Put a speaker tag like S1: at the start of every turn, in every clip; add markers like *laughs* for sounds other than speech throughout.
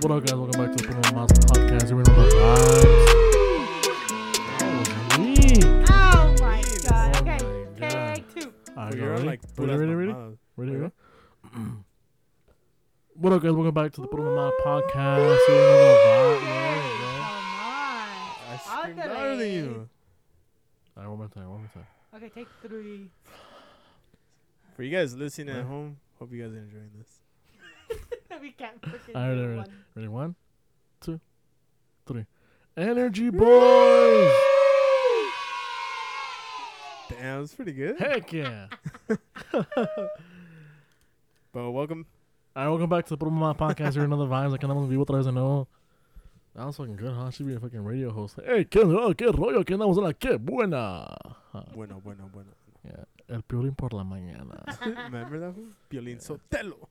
S1: What up, guys? Welcome back to the Pokemon Miles Podcast. You're about vibes. That was weak.
S2: Oh my god.
S1: Oh
S2: Okay.
S1: my God.
S2: Take two.
S1: Alright,
S3: Well,
S1: guys,
S3: you're on,
S1: ready?
S3: like,
S1: ready,
S3: Buddha's
S1: ready, ready?
S3: Mahal.
S1: Ready *clears throat* to
S3: Yeah.
S1: go? what up, guys? Welcome back to the Put 'em on My Podcast. You're about vibes. Yeah,
S2: Come
S3: I
S2: on.
S3: screamed louder than you.
S1: yeah. Alright, one more time, one more time.
S2: Okay, take three. *laughs*
S3: For you guys listening
S1: Yeah.
S3: at home, hope you guys are enjoying this.
S2: we can't freaking
S1: Alright,
S2: do
S1: alright.
S2: one.
S1: Ready? One, two, three. Energy Boys!
S3: Damn, it's pretty good.
S1: Heck yeah!
S3: But welcome.
S1: Alright, welcome back to the Put 'em on My Podcast. You're another vibes. Like, another vivo otra vez de nuevo. That was fucking good, huh? Should be a fucking radio host. Hey, qué, ro- qué rollo, qué andamos en la qué buena. Ajá.
S3: Bueno, bueno, bueno.
S1: Yeah. El piolín por la mañana.
S3: Remember that one? Violin Sotelo.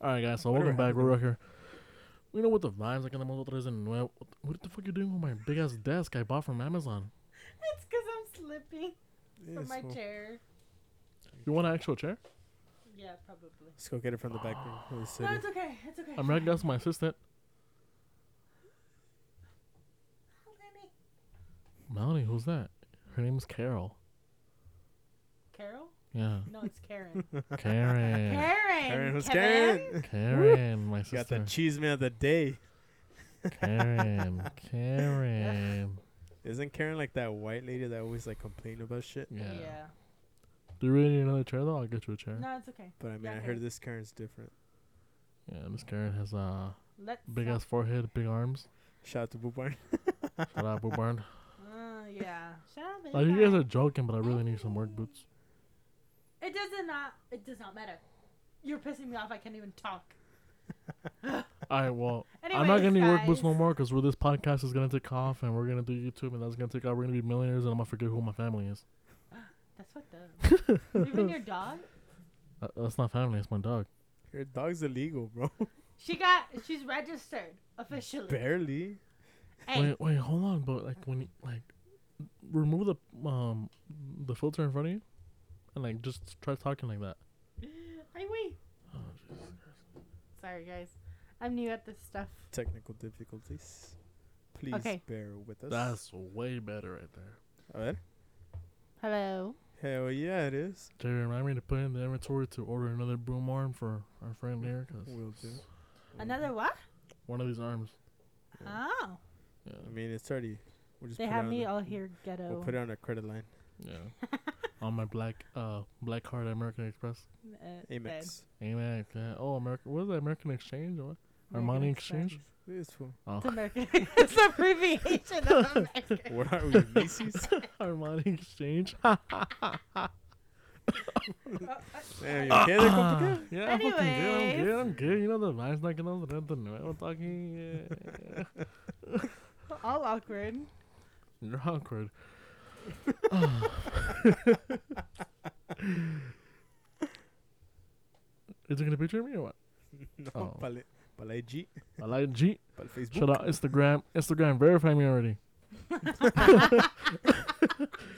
S1: All right, guys. So
S3: Whatever
S1: welcome back. We're right here. We know what the vibes like. Andamos otra vez en nuevo. What the fuck you doing with my big ass desk I bought from Amazon?
S2: It's because I'm slipping from
S3: Yes,
S2: my
S3: well,
S2: chair.
S1: You want an actual chair?
S2: Yeah, probably.
S3: Let's go get it from the back room of the
S2: No,
S3: city.
S2: it's okay. It's okay.
S1: I'm right next to my assistant,
S2: Lenny.
S1: Melanie. Who's that? Her name's Carol.
S2: Carol?
S1: Yeah,
S2: No, it's
S1: *laughs*
S2: Karen.
S1: Karen.
S2: *laughs* Karen.
S3: Karen was
S2: Karen?
S1: *laughs*
S3: Karen.
S1: Karen, my
S3: Got the
S1: sister.
S3: cheese man of the day.
S1: Karen. Karen.
S3: Isn't Karen like that white lady that always like complain about shit?
S1: Yeah. Do you really need another chair though? I'll get you a chair.
S2: No, it's okay.
S3: But I mean, I
S2: Okay.
S3: heard this Karen's different.
S1: Yeah, Miss Karen has uh
S2: Let's.
S1: big
S2: not-
S1: ass forehead, big
S2: *laughs*
S1: arms.
S3: Shout out to Boo *laughs* Barn.
S1: Shout out, Boo Barn.
S2: Uh,
S1: *laughs*
S2: yeah. Shut up.
S1: Like Oh, you guys are joking, but I really need some work boots.
S2: It does not. It does not matter. You're pissing me off. I can't even talk.
S1: All right, well,
S2: Anyways,
S1: I'm not gonna need work boots
S2: guys.
S1: no more because this podcast is gonna take off and we're gonna do YouTube and that's gonna take off. We're gonna be millionaires and I'm gonna forget who my family is.
S2: That's fucked up.
S1: *laughs*
S2: Even your dog.
S1: That, that's not family. It's my dog.
S3: Your dog's illegal, bro.
S2: She got. She's registered officially.
S3: Barely.
S2: Hey,
S1: Wait, wait, hold on. But like when you like remove the um the filter in front of you and like just try talking like that.
S2: hey, wait.
S1: Oh, Jesus.
S2: Sorry, guys. I'm new at this stuff.
S3: Technical difficulties. Please
S2: Okay.
S3: bear with us.
S1: That's way better right there.
S3: A ver.
S2: Hello.
S3: Hell yeah, it is.
S1: Jerry, remind me to put in the inventory to order another boom arm for our friend here because
S3: Will do.
S2: Another what?
S1: one of these arms.
S3: Yeah.
S2: Oh,
S1: Yeah,
S3: I mean, it's already. We'll just
S2: they
S3: put it
S2: have
S3: on
S2: me
S3: the-
S2: all here ghetto.
S3: We'll put it on a credit line.
S1: yeah. *laughs* On my black uh black card at American Express.
S2: Uh, dead.
S3: Amex.
S1: Amex. Yeah. Oh, American. What is that? American Exchange or what?
S2: American
S1: Armani
S2: Express.
S1: Exchange. *laughs*
S3: This fool.
S2: It's American. *laughs* it's an abbreviation
S3: *laughs*
S2: of American.
S3: What are we, Macy's?
S1: Armani Exchange. *laughs*
S3: Damn, you okay there,
S1: Ah,
S3: complicado?
S1: yeah, I'm fucking good. I'm
S2: Anyways.
S1: good. I'm good. You know the vibes not gonna let the new talking. Yeah. *laughs*
S2: all awkward.
S1: You're
S2: *laughs*
S1: awkward. *laughs* Is it gonna picture me or what?
S3: *laughs* No,
S1: Oh.
S3: pa'l- pa'l IG,
S1: I like G.
S3: pa'l Facebook.
S1: Shut out Instagram. Instagram, verify me already.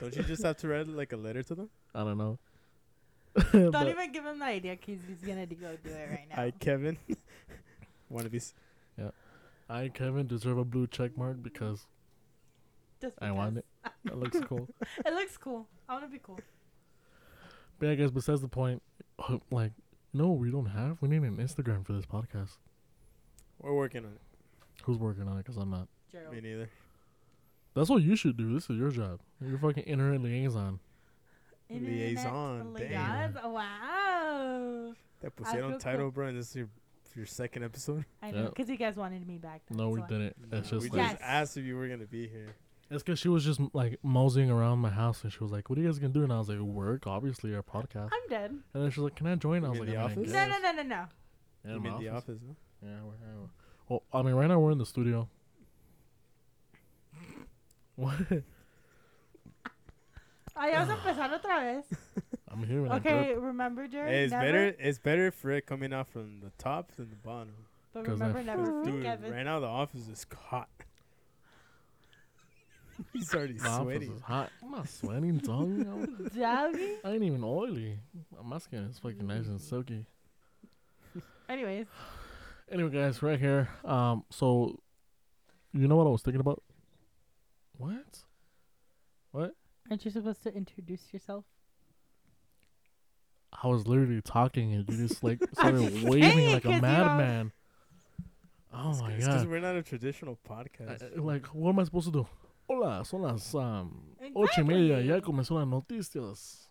S3: Don't you just have to write like a letter to them?
S1: I don't know.
S2: Don't
S1: But-
S2: even give him the idea, cause he's gonna go do it right now.
S3: Hi, Kevin. *laughs* One of these.
S1: I, Kevin, deserve a blue check mark because
S2: Just
S1: I want
S2: because.
S1: it. That looks cool.
S2: It looks cool. I want to be cool.
S1: But yeah, I guess besides the point, uh, like, no, we don't have. We need an Instagram for this podcast.
S3: We're working on it.
S1: Who's working on it? Because I'm not.
S2: Gerald.
S3: Me neither.
S1: That's what you should do. This is your job. You're fucking internet liaison.
S2: Internet
S3: Liaison,
S2: liaison. Wow.
S3: That pusieron
S2: feel
S3: title, bro, and this is your, your second episode.
S2: I know,
S1: Yeah.
S2: because you guys wanted me back. Then,
S1: No, we
S2: so I-
S1: didn't. It's
S3: we
S1: just
S3: just
S1: like.
S2: Yes.
S3: asked if you were going to be here.
S1: It's because she was just like moseying around my house and she was like, What are you guys going to do? And I was like, Work, obviously, our podcast.
S2: I'm dead.
S1: And then she was like, Can I join? I
S3: You
S1: was like,
S3: mean the
S1: I mean, I
S3: office?
S2: No,
S1: guess.
S2: no, no, no, no.
S1: Yeah,
S3: you
S1: my
S3: mean the
S1: office.
S3: office, no?
S1: Yeah, we're, we're- well, I mean, right now we're in the studio. What?
S2: Ay, vamos a empezar otra vez.
S1: I'm here.
S2: Okay, remember, Jared?
S3: Hey, it's
S2: never,
S3: better. It's better for it coming out from the top than the bottom.
S2: But
S1: 'Cause I
S2: remember, never
S3: Dude,
S2: forget Kevin.
S3: *laughs* right now the office is hot. *laughs* He's already
S1: My office
S3: sweaty.
S1: is hot. I'm not sweating, dog. I'm-
S2: *laughs* Doggy.
S1: I ain't even oily. My skin is fucking nice and silky.
S2: Anyways,
S1: Anyway, guys, right here. Um, so you know what I was thinking about? What?
S2: Aren't you supposed to introduce yourself?
S1: I was literally talking and you
S2: *laughs*
S1: just like
S2: I'm
S1: started
S2: just
S1: waving
S2: saying,
S1: like
S2: 'cause, you
S1: a
S2: know-
S1: madman. Oh
S3: It's
S1: my
S3: c- it's
S1: god!
S3: we're not a traditional
S1: I-
S3: podcast.
S1: I- like, what am I supposed to do? Hola, son las um, ocho y media. Ya comenzó las noticias.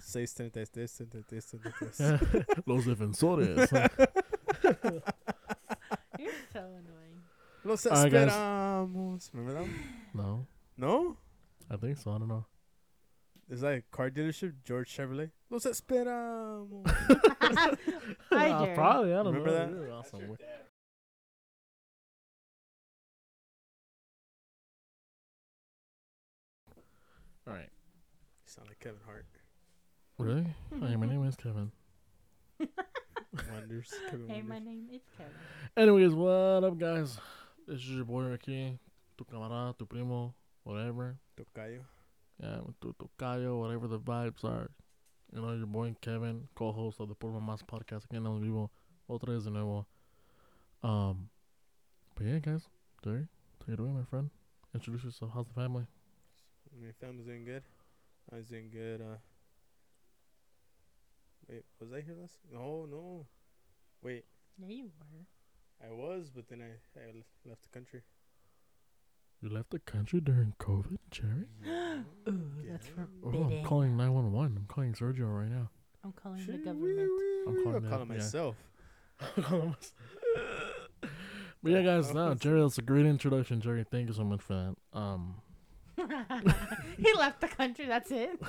S3: Seis treinta y tres, treinta y tres, treinta
S1: *laughs*
S3: y tres.
S1: *laughs* Los
S3: *laughs*
S1: defensores.
S2: You're so annoying. *laughs*
S3: Los
S1: All right, guys.
S3: esperamos. Remember that? one?
S1: no,
S3: No?
S1: I think so. I don't know. *laughs*
S3: Is that a car dealership? George Chevrolet? Los esperamos.
S2: Hi,
S1: Uh,
S2: Jerry. *laughs*
S1: probably. I don't
S3: Remember
S1: know.
S3: that?
S1: You're awesome. All right.
S3: You sound like Kevin
S1: *laughs*
S3: Hart.
S1: Really? Hi, my name is Kevin.
S3: Wonders. Kevin
S2: Hey, my
S3: Wonders.
S2: name is Kevin.
S1: Anyways, what up, guys? This is your boy Ricky, tu camarada, tu primo, whatever.
S3: Tocayo.
S1: Yeah, uh, tu tocayo, whatever the vibes are. You know, your boy Kevin, co-host of the Por Más podcast again on vivo. Otra vez de nuevo. Um, but yeah, guys, Jerry, take it away, my friend. Introduce yourself. How's the family?
S3: Your family's doing good? I was doing good. Uh, wait, was I here last? No, no. Wait,
S2: Yeah, you were.
S3: I was, but then I, I l- left the country.
S2: *gasps*
S1: You left the country during COVID, Jerry?
S2: Ooh, that's
S3: Yeah.
S1: Oh,
S2: forbidden.
S1: I'm calling 911. I'm calling Sergio right
S2: *laughs*
S1: now.
S2: I'm calling the
S3: Shoo-
S2: government.
S1: I'm
S3: I'll
S1: calling
S3: call
S1: that,
S3: it
S1: yeah.
S3: myself.
S1: But yeah, guys,
S3: Oh,
S1: no,
S3: that's-
S1: Jerry, that's a great introduction, Jerry. Thank you so much for that. Um,
S2: *laughs* he left the country. That's it.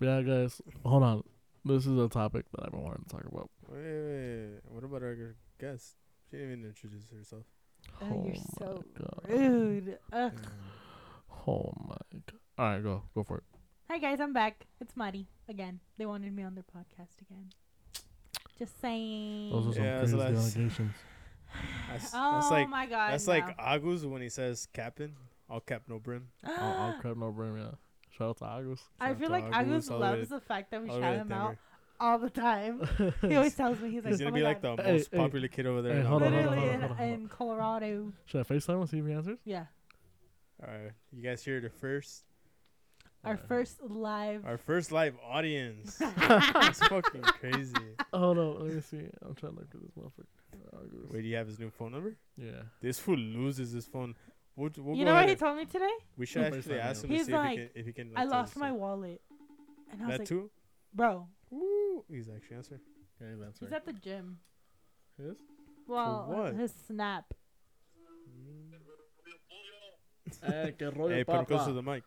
S1: yeah, guys, hold on. This is a topic that I've been wanting to talk about.
S3: Wait, wait, wait. What about our g- guest? She didn't even introduce
S2: *sighs*
S3: herself.
S2: Oh, you're
S1: my
S2: so
S1: God.
S2: rude. Ugh.
S1: Oh my god. All right, go go for it.
S2: Hi guys, I'm back. It's Marty again. They wanted me on their podcast again. Just saying. *laughs*
S1: Those are some
S3: Yeah,
S1: crazy
S3: so that's-
S1: *laughs* allegations.
S3: That's,
S2: oh
S3: that's like
S2: my god.
S3: that's
S2: no.
S3: like Agus when he says captain. I'll cap no brim.
S1: I'll, I'll crap no brim. Yeah. Shout out to *laughs* Agus.
S2: I
S3: Shout
S2: feel
S3: out
S2: like
S3: to
S2: Agus
S3: Agus all the way
S2: loves
S3: to-
S2: the fact that we
S3: all the
S2: shout
S3: way to
S2: him out
S3: Denver.
S2: all the time.
S3: *laughs*
S2: He always tells me he's like,
S3: He's
S2: oh
S3: gonna
S2: my
S3: be like
S2: God.
S3: the
S1: Hey,
S3: most
S1: hey.
S3: popular kid over there.
S1: Hey,
S3: in
S1: hold on,
S3: Alabama.
S1: hold on,
S2: literally
S1: hold
S2: in,
S1: on, hold on.
S2: in Colorado.
S1: Should I Facetime and see if he answers?
S2: Yeah,
S3: All right, you guys hear it first.
S2: our
S1: Alright.
S2: first live.
S3: Our first live
S2: *laughs*
S3: audience. It's fucking crazy.
S1: *laughs* Hold on, let me see. I'm trying to look at this motherfucker. Agus.
S3: Wait, do you have his new phone number?
S1: Yeah.
S3: This fool loses his phone. We'll, we'll
S2: you
S3: go
S2: know what
S3: ahead
S2: he
S3: and-
S2: told me today?
S3: we should
S1: Nobody's
S3: actually
S1: finding
S3: ask
S1: out.
S3: him to
S2: He's
S3: see
S2: like,
S3: if he can. If he can like,
S2: I
S3: tell us
S2: lost my
S3: something.
S2: wallet, and I was
S3: That
S2: like,
S3: too.
S2: bro,
S3: Woo! He's actually answering.
S1: Okay, that's
S2: he's at the gym.
S1: Yes?
S2: Well,
S3: what?
S2: his
S1: *laughs*
S2: snap.
S1: Hey, que
S3: Hey,
S1: Eh, rollo,
S3: put him close to
S1: papa.
S3: the
S1: *laughs*
S3: mic.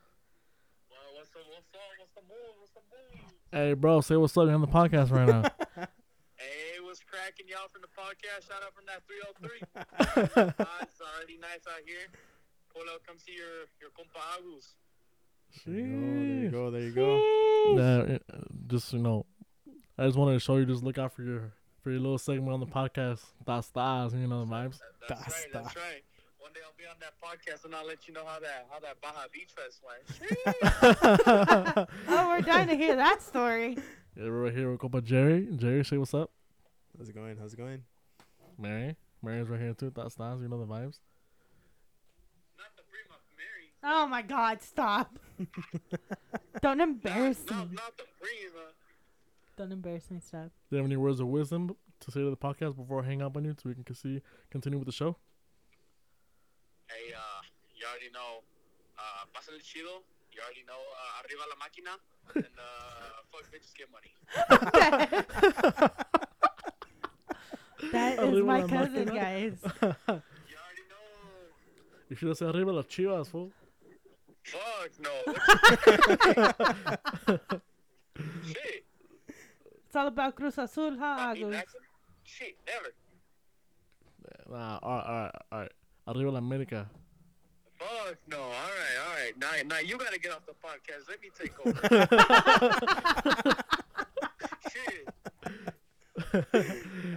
S4: What's up? What's up? What's the move? What's the move?
S1: Hey, bro, say what's up. You're on the podcast right *laughs* now.
S4: Hey, what's cracking, y'all? From the podcast, shout out from that 303. uh, it's already nice out here. Pull up, come see your your compa Agus.
S3: There you go. There you go.
S2: Oh,
S1: Yeah, uh, just you know, I just wanted to show you. Just look out for your for your little segment on the podcast. That's stars, you know the vibes.
S4: That- That's
S3: That's
S4: right. That's right. One day I'll be on that podcast and I'll let you know how that how that Baja Beach Fest went.
S1: *laughs*
S2: Oh, we're dying to hear that story.
S1: Yeah, we're right here with Copa Jerry. Jerry, say what's up.
S3: How's it going? How's it going?
S1: Mary, Mary's right here too. That's stars, you know the vibes.
S4: Not the Prima, Mary.
S2: Oh my God, stop! *laughs* Don't embarrass
S4: Not,
S2: me.
S4: not the Prima.
S2: Don't embarrass me, stop.
S1: Do you have any words of wisdom to say to the podcast before I hang up on you, so we can see continue with the show?
S4: Hey, uh, you already know. Uh, pásale chido. You already know. Uh, arriba la máquina. And uh, *laughs* fuck bitches, get money.
S2: That
S1: Arriba
S2: is my
S1: la
S2: cousin,
S1: máquina.
S2: guys.
S4: You already know.
S1: You should have said arriba las chivas, fool.
S4: Fuck no. shit.
S2: It's all about Cruz Azul, huh,
S4: I
S2: Agus?
S3: *laughs*
S4: mean,
S2: *laughs*
S4: that's- shit, never.
S1: Nah, all right, all right, all right. Arriba la América.
S4: Fuck no. All right, all right. Now, now you gotta get off the podcast. Let me take over. shit.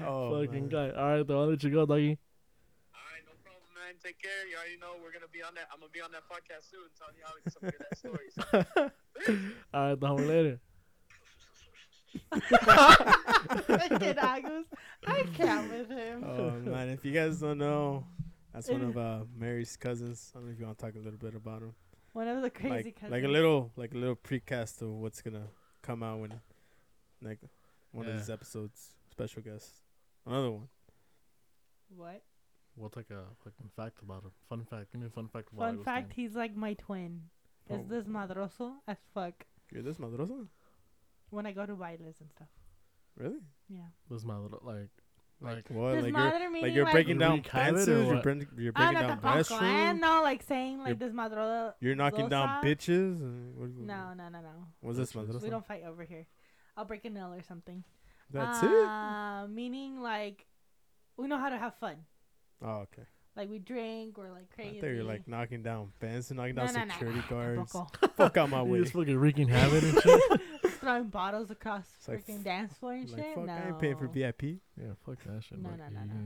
S3: Oh,
S1: Fucking
S3: man.
S1: guy. All right, though, I'll let you go, doggy.
S4: All right, no problem, man. Take care. You already know we're gonna be on that. I'm gonna be on that podcast soon, telling y'all some good ass stories.
S1: All right, though, homie, later.
S2: Fucking Agus. I can't with him.
S3: Oh man, if you guys don't know, that's one
S2: *laughs*
S3: of uh, Mary's cousins. I don't know if you want to talk a little bit about him.
S2: One of the crazy
S3: Like,
S2: cousins.
S3: like a little, like a little precast of what's gonna come out when, like, one
S1: Yeah.
S3: of these episodes. Special guest, another one.
S2: What?
S1: We'll take a fucking fact about him. Fun fact. Give me a fun fact about
S2: Fun
S1: Agustin.
S2: fact, he's like my twin. Is
S3: Oh,
S2: this madroso as fuck
S3: You're this madrosa?
S2: when I go to bailes and stuff.
S3: Really?
S2: Yeah.
S1: This mother, like, like,
S3: What?
S2: This
S3: Like you're,
S2: madre
S3: like
S2: meaning
S3: you're
S2: like-
S3: breaking
S1: Did we
S3: down
S1: have it or
S3: pantsuits. You're,
S1: what?
S3: bring, you're
S2: Ah,
S3: breaking
S2: no,
S3: down
S2: tampoco. eh,
S3: restroom.
S2: no, like saying
S3: You're-
S2: like this madroso.
S3: You're knocking down
S2: Rosa?
S3: bitches. and What, what-
S2: No, no, no, no.
S3: What's this
S1: Bitches.
S3: madrosa?
S2: We don't fight over here. I'll break a nail or something.
S3: That's
S1: ah.
S2: uh, Meaning like we know how to have fun.
S3: it. Oh, okay.
S2: Like we drink or like
S3: I
S2: crazy.
S3: thought you were like knocking down fences, knocking
S2: No,
S3: down
S2: no, no,
S3: security guards.
S2: *laughs* Tampoco.
S3: Fuck out
S1: *laughs*
S3: my
S1: you
S3: way.
S1: just fucking wreaking havoc and
S3: *laughs*
S1: shit.
S2: throwing bottles across
S3: It's like,
S2: freaking
S3: f-
S2: dance floor and
S3: Like,
S2: shit.
S3: fuck,
S2: no.
S3: I ain't paying for VIP.
S1: Yeah, fuck that shit.
S2: No,
S1: like,
S2: no, no,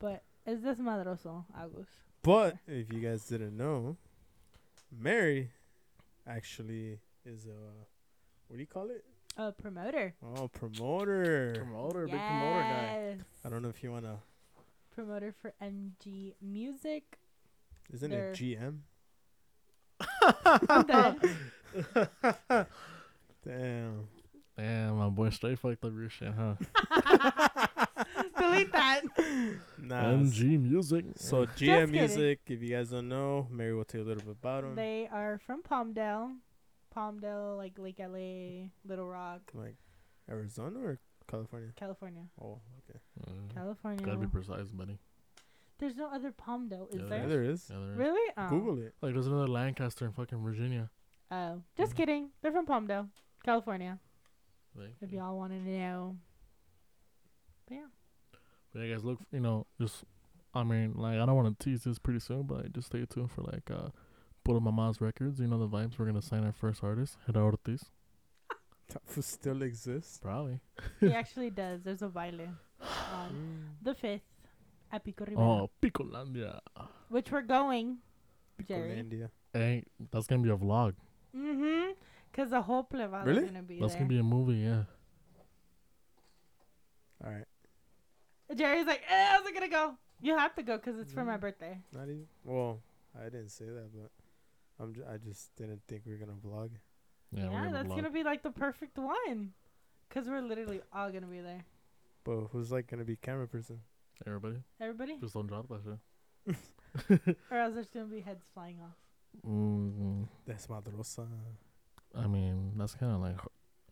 S2: But is this madroso, Agus?
S3: But if you guys didn't know, Mary actually is a what do you call it?
S2: A promoter.
S3: Oh, promoter.
S1: Promoter,
S2: yes.
S1: big promoter guy.
S3: I don't know if you wanna.
S2: Promoter for MG Music.
S3: *laughs*
S2: *laughs*
S3: Isn't
S2: They're-
S3: it GM?
S2: The-
S3: Damn.
S1: Damn, my boy straight fucked up your shit, huh?
S2: Delete
S3: *laughs*
S2: that.
S3: Nah. s-
S1: MG Music.
S3: So
S2: kidding.
S3: GM Music. If you guys don't know, Mary will tell you a little bit about them.
S2: They are from Palmdale. Palmdale, like Lake LA, Little Rock,
S3: Like Arizona or California?
S2: California.
S3: Oh, okay.
S1: Uh,
S2: California.
S1: gotta be precise, buddy.
S2: There's no other Palmdale, is
S1: Yeah,
S3: Yeah,
S2: there?
S3: there is.
S1: Yeah, there is.
S2: Really? Oh.
S3: Google it.
S1: Like, there's another Lancaster in fucking Virginia.
S2: Oh, just
S1: Mm.
S2: kidding. They're from Palmdale, California.
S1: Like,
S2: If y'all wanted to know.
S1: *laughs* But yeah, guys, look, you know, just, I mean, like, I don't want to tease this pretty soon, but like, just stay tuned for, like, uh, Puro Mama's Records. You know the vibes. We're going to sign our first artist, Hera Ortiz.
S3: That fool still exists.
S1: Probably.
S2: he actually does. There's a violin on
S3: Mm.
S2: the fifth at Pico Rivera,
S1: Oh, Picolandia.
S2: which we're going. Jerry.
S3: India.
S1: Hey, that's going to be a vlog.
S2: Mm-hmm. Cause the whole plebada
S3: Really?
S2: gonna be
S1: That's
S2: there.
S1: going to be a movie, yeah.
S3: All right.
S2: Jerry's like, eh, how's it gonna go? You have to go because it's for my
S3: Mm.
S2: birthday.
S3: Not even. Well, I didn't say that, but I'm. Ju- I just didn't think we were gonna vlog.
S1: Yeah,
S2: Yeah,
S1: we're gonna
S2: that's
S1: vlog.
S2: gonna be like the perfect one. Cause we're literally all gonna be there.
S3: But who's like gonna be camera person?
S1: Everybody,
S2: *laughs* Everybody,
S1: just don't drop that shit.
S2: or else there's gonna be heads flying off. Mm-hmm.
S1: Mm,
S3: That's Madrosa.
S1: I mean, that's kind of like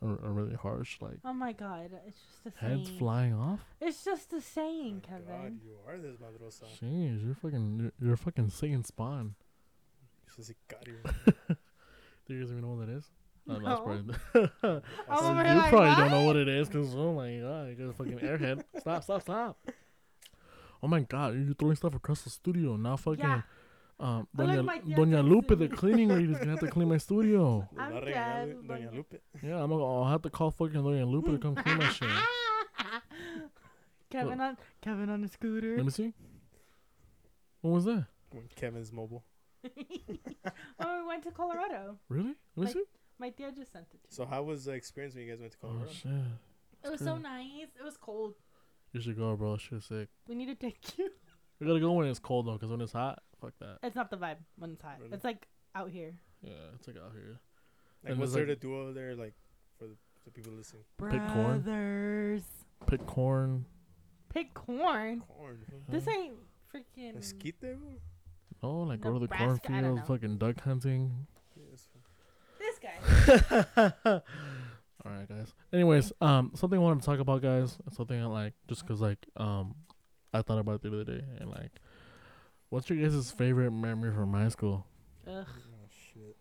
S1: a, a really harsh, like
S2: Oh my god, it's just a saying.
S1: heads flying off.
S2: It's just a saying, Kevin.
S3: you are this Madrosa.
S1: Jeez, you're fucking, you're, you're fucking saying Spawn.
S3: She's like, God, you.
S1: Do you guys even know what that is? Uh, that's
S2: No.
S1: probably- *laughs*
S2: Oh,
S1: you
S2: we're like,
S1: probably don't know what it is, cause oh my god, you got a fucking
S2: *laughs*
S1: airhead. stop, stop, stop. Oh my god, you're throwing stuff across the studio now. Fucking,
S2: Yeah,
S1: um,
S2: I like
S1: Doña,
S2: my
S1: Doña
S2: fiance's
S1: Lupe, the
S2: suit.
S1: cleaning lady, is gonna have to clean
S2: *laughs*
S1: my studio.
S2: I'm
S3: La regaña
S2: dead,
S3: Lu- Doña
S2: Doña-
S3: Lupe.
S1: Yeah, I'm gonna, I'll have to call fucking Doña Lupe to come clean my shit.
S2: *laughs* Kevin on Kevin on a scooter.
S1: Let
S2: *laughs*
S1: me see. What was that?
S3: When Kevin's mobile.
S2: when Oh, we went to Colorado,
S1: Really? Let me
S2: Like,
S1: see.
S2: my tia just sent it.
S3: So how was the experience when you guys went to
S1: Oh
S3: Colorado?
S1: shit!
S2: It was
S1: so
S2: so
S1: good.
S2: nice. It was cold.
S1: You should go, bro. Shit's sick.
S2: We need to *laughs* take you.
S1: We gotta go when it's cold though, 'cause when it's hot, fuck that.
S2: It's not the vibe when it's hot.
S3: Really?
S2: It's like out here.
S1: Yeah, it's like out here.
S3: like,
S1: it
S3: what's
S1: was
S3: there
S1: like-
S3: to do over there? Like, for the, the people listening.
S1: Pick corn.
S2: Brothers.
S1: Pick corn.
S2: Pick corn.
S3: Corn.
S2: This ain't freaking.
S3: Mm-hmm. Mesquite there. bro?
S1: Oh, like go to the
S2: Nebraska, I don't
S1: cornfields,
S2: know.
S1: fucking duck hunting. *laughs*
S3: Yeah, it's fun.
S2: This guy.
S1: All right, guys. Anyways, um, something I wanted to talk about, guys. Something I like, just 'cause like, um, I thought about it the other day, and like, what's your guys' favorite memory from high school?
S2: Ugh. Ah.
S3: Oh shit.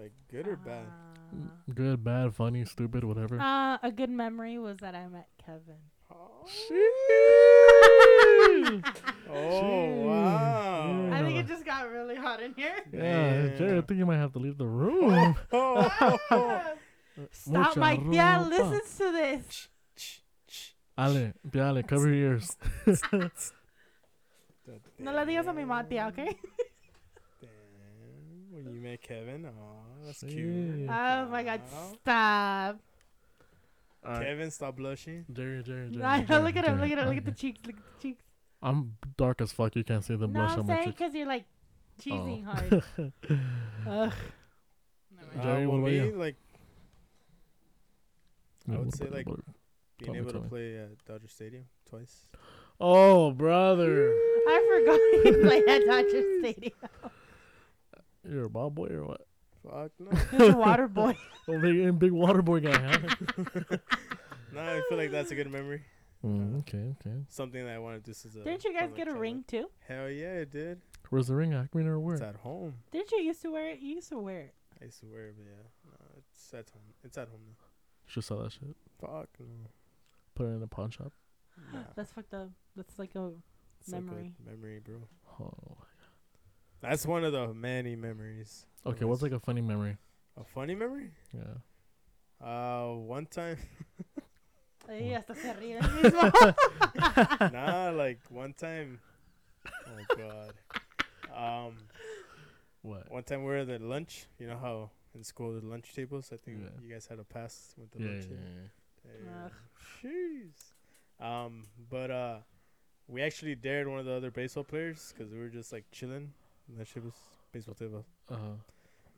S3: Like good or bad?
S1: Good, bad, funny, stupid, whatever.
S2: Uh, a good memory was that I met Kevin.
S1: *laughs*
S2: *laughs*
S3: Oh,
S1: Sheesh. Jeez.
S3: Oh, wow.
S1: Yeah.
S2: I think it just got really hot in here.
S1: Yeah, Jerry, I
S3: *laughs* Yeah.
S1: think you might have to leave the room.
S3: Oh.
S2: Stop,
S1: Mucha
S2: Mike. Yeah,
S1: ropa.
S2: listens to this.
S1: Ale, be Ale, cover your *laughs* ears.
S2: No le digas a mi ma,
S1: Eh,
S2: tía, *laughs* okay?
S3: Damn. When you met Kevin, oh, that's
S1: Yeah.
S3: cute.
S2: Oh my god,
S3: Wow.
S2: stop.
S1: All right.
S3: Kevin, stop blushing.
S1: Jerry, Jerry, Jerry.
S2: I know,
S1: Jerry,
S2: look at him.
S1: Jerry.
S2: Look at him. Look at the
S1: Okay.
S2: cheeks. Look at the cheeks.
S1: I'm dark as fuck. You can't see the
S2: No,
S1: blush
S2: I'm
S1: on my
S2: saying
S1: cheeks.
S2: because you're like cheesing
S1: Oh. *laughs*
S2: hard. Ugh. Never
S3: Uh,
S2: mind.
S1: Jerry,
S3: well,
S1: what about
S3: me,
S1: you?
S3: like I
S1: Yeah,
S3: would
S1: what
S3: say,
S1: about-
S3: like-
S1: what about-
S3: being
S1: Tell me,
S3: able
S1: tell
S3: to
S1: me.
S3: play at Dodger Stadium twice.
S1: Oh, brother.
S2: I forgot *laughs* he played at Dodger Stadium.
S1: *laughs* You're a ball boy or what?
S3: Fuck *laughs* no.
S2: He's a
S1: *laughs*
S2: water boy.
S1: Oh, big, big water boy guy, huh? *laughs*
S3: no, I feel like that's a good memory.
S1: Mm, okay, okay.
S3: Something that I wanted to do since. uh,
S2: Didn't you guys
S3: from, like,
S2: get a
S3: childhood.
S2: ring too?
S3: Hell yeah, it did.
S1: Where's the ring? I can never wear
S3: It's
S1: it.
S3: at home.
S2: Didn't you used to wear it? You used to wear it.
S3: I used to wear it, but yeah, no, it's at home. It's at home now.
S1: Should sell that shit.
S3: Fuck no.
S1: Put it in a pawn shop.
S3: Nah,
S2: *gasps* That's fucked up. That's like a
S3: it's like a
S2: memory.
S3: memory, bro.
S1: Oh.
S3: That's one of the many memories.
S1: Okay, what's
S3: Memories.
S1: like a funny memory?
S3: a funny memory?
S1: Yeah.
S3: Uh,
S1: *laughs*
S3: one time,
S2: Ay, hasta se ríe del *laughs* mismo.
S3: nah, like one time.
S1: *laughs*
S3: Oh god. Um,
S1: What?
S3: one time we were at lunch. You know how in school the lunch tables. I think
S1: Yeah.
S3: you guys had a pass with the
S1: Yeah, yeah,
S3: lunch. table.
S1: yeah.
S2: Oh,
S3: Hey, Jeez. Um, but uh, we actually dared one of the other baseball players because we were just like chilling. And that shit was baseball table.
S1: yeah. Uh,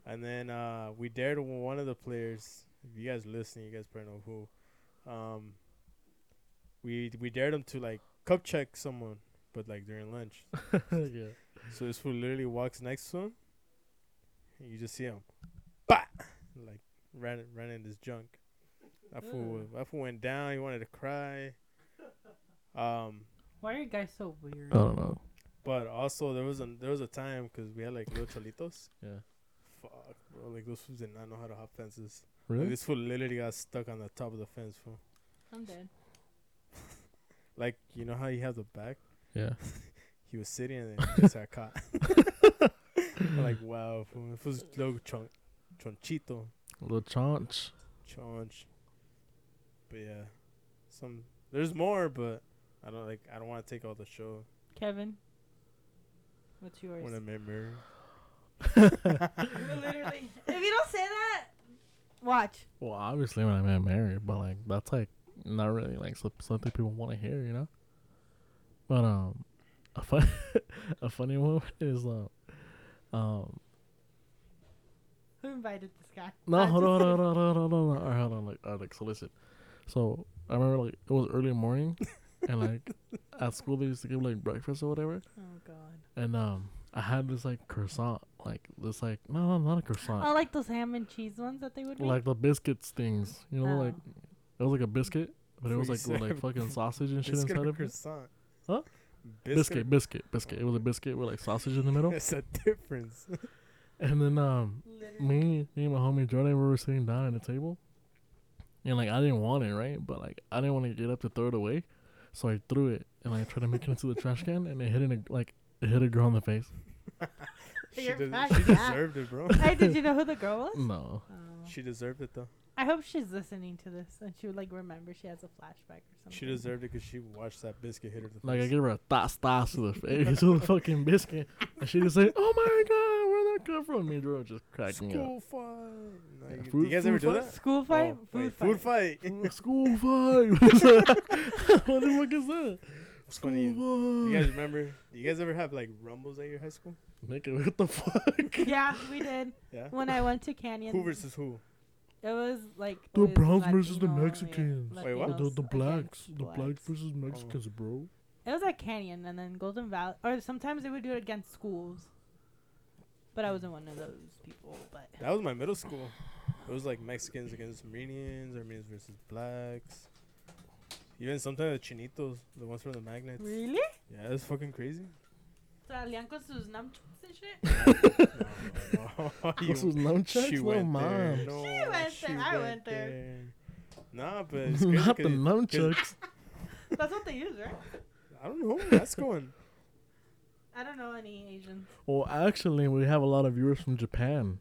S3: And then uh, we dared one of the players. If you guys listening, you guys probably know who. Um, we we dared him to like cup check someone, but like during lunch.
S1: *laughs* yeah.
S3: so this fool literally walks next to him. And you just see him, bah! like ran ran in this junk. That fool
S2: Ugh.
S3: was- that fool went down. He wanted to cry. Um,
S2: Why are you guys so weird?
S1: I don't know.
S3: but also there was a there was a time because we had like little cholitos.
S1: Yeah.
S3: Fuck, bro! Like those fools did not know how to hop fences. Like,
S1: Really?
S3: this fool literally got stuck on the top of the fence, fool.
S2: I'm dead.
S3: Like, you know how you have the back?
S1: Yeah.
S3: He was sitting and then he just got caught. *laughs* I'm like, wow, fool. It was little chon- chonchito.
S1: The chaunch.
S3: Chonch. But yeah. Some there's more, but I don't like I don't want to take all the show.
S2: Kevin, what's yours? *laughs*
S3: What a memory.
S2: Literally. If you don't say that, watch.
S1: Well, obviously when I met Mary, but like that's like not really like some- something people want to hear, you know. But um, a fun, *laughs* a funny one is um, um.
S2: Who invited this guy?
S1: No,
S2: I'm
S1: hold on,
S2: just-
S1: hold on, hold on, hold on, hold on. All right, hold on. Like, all right, like, so listen. So I remember like it was early morning, and like at school they used to give like breakfast or whatever,
S2: Oh god.
S1: and um, I had this like croissant, like this like no, no, not a croissant,
S2: I like those ham and cheese ones that they would make.
S1: like the biscuits things, you know,
S2: Oh.
S1: like it was like a biscuit, but it
S3: Before
S1: was
S3: you
S1: like with
S3: said
S1: like fucking sausage and shit
S3: Biscuit
S1: inside
S3: or
S1: of it.
S3: croissant.
S1: Huh?
S3: Biscuit.
S1: biscuit,
S3: *laughs*
S1: biscuit, biscuit. It was a biscuit with like sausage in the middle.
S3: That's a difference.
S1: And then um,
S2: Literally.
S1: me, me and my homie Jordan, we were sitting down at the table, and like I didn't want it, right? But like I didn't want to get up to throw it away, so I threw it and I tried to make it into the trash can, and it hit in a, like it hit a girl in the face.
S3: she,
S2: You're
S3: des-
S2: back,
S3: she
S2: yeah.
S3: deserved
S2: *laughs*
S3: it, bro.
S2: *laughs* Hey, did you know who the girl was?
S1: No,
S2: Oh.
S3: She deserved it though.
S2: I hope she's listening to this and she would like remember she has a flashback or something.
S3: She deserved it because she watched that biscuit hit her. in The
S1: like I
S3: face.
S1: gave her a thas thas to the face to the fucking biscuit, and she just said, "Oh my god, where'd that come from?" Me and Jordan just cracked me up.
S3: School fight. No,
S1: Yeah,
S3: you,
S1: food-
S3: do you guys
S1: food
S3: ever do
S1: fight?
S3: that?
S2: School fight,
S3: Oh,
S2: food
S3: wait,
S2: fight.
S3: food fight.
S1: School fight. *laughs* what the fuck is that?
S3: It's funny. You
S1: School
S3: you guys
S1: fight.
S3: remember? You guys ever have like rumbles at your high school?
S1: Nigga, what the fuck?
S2: *laughs* Yeah, we did.
S3: Yeah.
S2: When I went to Canyon,
S3: Who versus who?
S2: it was like
S1: The
S2: always
S1: Browns versus the
S2: Latino and
S1: Mexicans.
S3: Wait, what?
S1: The,
S2: Latinos
S1: the, the
S2: against
S1: blacks, the blacks versus
S3: Oh.
S1: Mexicans, bro.
S2: It was at Canyon and then Golden Valley, or sometimes they would do it against schools. But I wasn't one of those people. But
S3: That was my middle school. It was like Mexicans against Armenians, Armenians versus blacks. Even sometimes the chinitos, the ones from the magnets.
S2: really,
S3: Yeah, it's fucking
S1: *laughs*
S3: crazy.
S2: salían con sus nunchucks and shit.
S3: no, no, no. *laughs* You-
S1: This was nunchucks?
S3: she
S1: No,
S3: went
S1: mom. *laughs*
S3: there. No,
S2: She went there, I went there.
S3: there. Nah, but it's crazy
S1: Not the
S3: 'cause it-
S1: nunchucks.
S2: *laughs* That's what they use, right?
S3: I don't know. That's going.
S2: I don't know any Asians.
S1: Well, actually, we have a lot of viewers from Japan.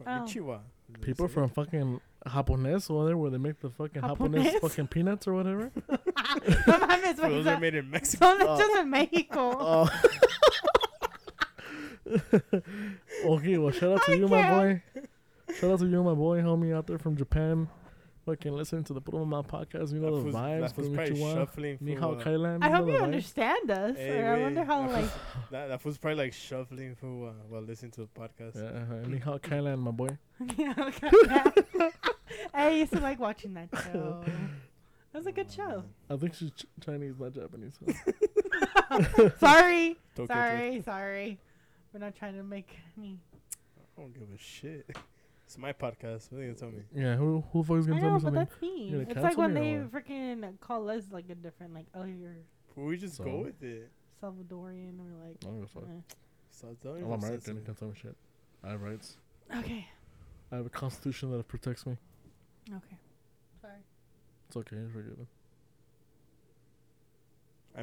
S2: Oh.
S3: Konnichiwa.
S1: People from fucking Japones over there, where they make the fucking Japones,
S2: Japones?
S1: fucking peanuts or whatever.
S2: *laughs* no mames,
S3: For
S2: güey,
S3: those
S2: son-
S3: are made
S1: *laughs*
S3: in Mexico.
S2: son hechos en México.
S1: Oh. okay, well, shout out to
S2: I
S1: you, my
S2: can't.
S1: boy. Shout out to you, my boy, homie out there from Japan. fucking listening to the Puro Mama podcast. You know
S3: That
S1: the
S3: fool's-
S1: vibes.
S3: That was probably shuffling.
S1: Ni hao
S3: fool, uh,
S1: Kai Lan,
S2: I
S1: you know
S2: hope
S1: the
S2: you
S1: vibes.
S2: understand us.
S3: Hey,
S2: or I
S3: wait,
S2: wonder how
S3: that
S2: like
S3: That that was probably like shuffling for uh, while listening to the podcast.
S1: Yeah, uh-huh. Ni hao Kai Lan, my boy.
S2: *laughs* yeah, okay, yeah. I used to like watching that show. That was a good show. *laughs*
S1: I think she's Ch- Chinese, not Japanese. huh?
S2: sorry,
S3: Tokyo Drift.
S2: sorry, sorry. We're not trying to make me.
S3: I don't give a shit. *laughs* It's my podcast. What are you gonna tell me?
S1: yeah, who who the fuck is
S2: I
S1: gonna tell
S2: know,
S1: me
S2: but
S1: something?
S2: that's me.
S1: gonna
S2: It's like
S1: cancel
S2: when
S1: me or
S2: they
S1: what?
S2: freaking call us like a different, like, oh, you're
S3: But we just
S1: So-
S3: go with it.
S2: Salvadorian or like.
S1: I don't give a Oh, fuck.
S2: eh.
S3: Stop telling
S1: I'm
S3: yourself
S1: American. You
S3: something.
S1: can tell me shit. I have rights.
S2: Okay,
S1: I have a constitution that protects me.
S2: okay. Sorry.
S1: It's okay. You're forgiven.
S3: I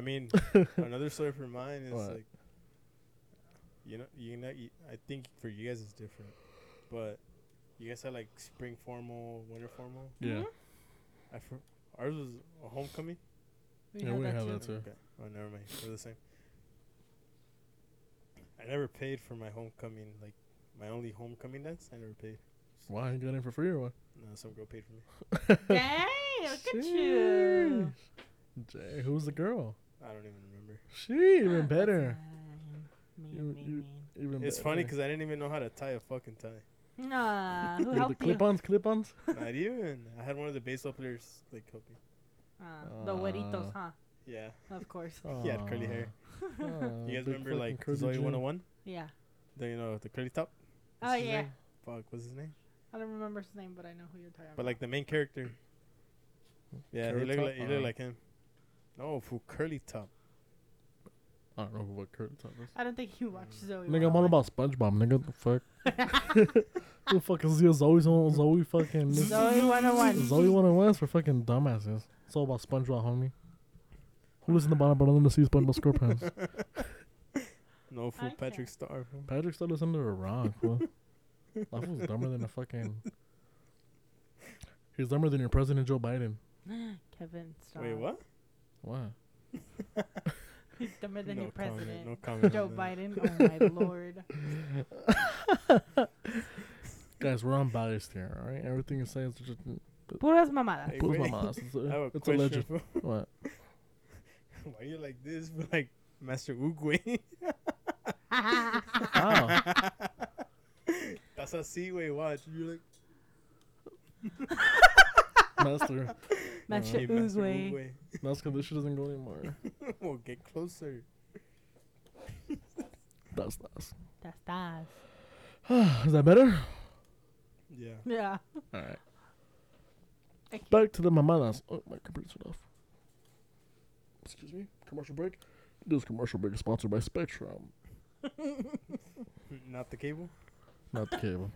S1: *laughs*
S3: mean, another story for mine is
S1: What?
S3: like, you know, you know, you, I think for you guys it's different, but you guys had like spring formal, winter formal.
S2: Mm-hmm.
S1: Yeah.
S3: I for, ours was a homecoming.
S2: We
S1: Yeah,
S2: have
S1: we
S2: that
S1: have
S2: too.
S1: that too.
S3: Okay. Oh, never mind. We're the same. I never paid for my homecoming, like my only homecoming dance. I never paid.
S1: Why you got in for free or what?
S3: No, some girl paid for me.
S2: *laughs* Dang, look at you.
S1: Jay, who's the girl?
S3: I don't even remember.
S2: Ah,
S1: She even better.
S2: Fine. Mean,
S1: You-
S2: mean,
S1: you-
S2: mean.
S1: Even
S3: It's funny because I didn't even know how to tie a fucking
S1: *laughs*
S3: tie.
S2: Nah, Uh, who
S1: the
S2: helped you?
S1: clip-ons,
S2: *laughs*
S1: clip-ons.
S3: Not even. I had one of the baseball players like help me.
S2: Uh, the Hueritos,
S1: Uh, oh.
S2: huh?
S3: Yeah.
S2: Of course.
S3: He had curly hair.
S1: Aw, aw,
S3: You guys
S1: Ah, Uh, big
S3: remember
S1: fucking
S3: like
S1: curly
S3: Zoe
S1: J.
S3: 101?
S2: *laughs* Yeah.
S3: The, you know, the curly top?
S2: Oh,
S3: What's his
S2: yeah.
S3: name? Fuck, what's his name?
S2: I don't remember his name, but I know who you're talking
S3: But
S2: about.
S3: like the main character. Yeah,
S1: Curly
S3: he looked
S1: top?
S3: like he
S1: Uh-huh.
S3: looked like him. No, fool, curly top.
S1: I don't know what curly top is.
S2: I don't think you watched *laughs* Zoe.
S1: Nigga, I'm all
S2: 101.
S1: about SpongeBob. Nigga, the fuck.
S2: *laughs*
S1: Who the fuck is Zoe? Zoe's on Zoe fucking.
S2: Zoe 101.
S1: Zoe 101 is for fucking dumbasses. It's all about SpongeBob, homie. Who lives in the bottom but doesn't see SpongeBob SquarePants?
S3: No fool,
S2: Okay.
S3: Patrick Star.
S1: Patrick still lives under a
S3: *laughs*
S1: rock, fool. That fool's dumber than a fucking. He's dumber than your president, Joe Biden.
S2: Kevin Starr.
S3: Wait, what?
S1: Why?
S2: He's dumber than
S3: no
S2: your
S3: comment,
S2: president.
S3: No comment.
S2: Joe
S3: on that.
S2: Biden. Oh my lord.
S1: Guys, we're unbiased here, all right? Everything you say is just.
S2: Puras mamadas.
S3: Hey,
S1: Pulls my
S3: wait.
S1: mask. It's,
S3: I have a
S1: a, it's a
S3: question.
S1: legend.
S3: fool.
S1: What?
S3: *laughs* Why you like this? fool? Like Master Oogway.
S1: Wow.
S3: *laughs* That's a way watch. You're like
S1: Master.
S2: Master
S3: "Hey,
S2: Oozway.
S1: Master, this shit doesn't go anymore.
S3: Oogway." *laughs* well, get closer.
S1: That's that's.
S2: That's that.
S1: Is that better?
S3: Yeah.
S2: Yeah.
S1: All right.
S2: Thank you.
S1: Back to the mamadas. Oh, my computer's went off. Excuse me. Commercial break. This commercial break is sponsored by Spectrum,
S3: Not
S2: *laughs*
S3: the cable.
S1: not the cable.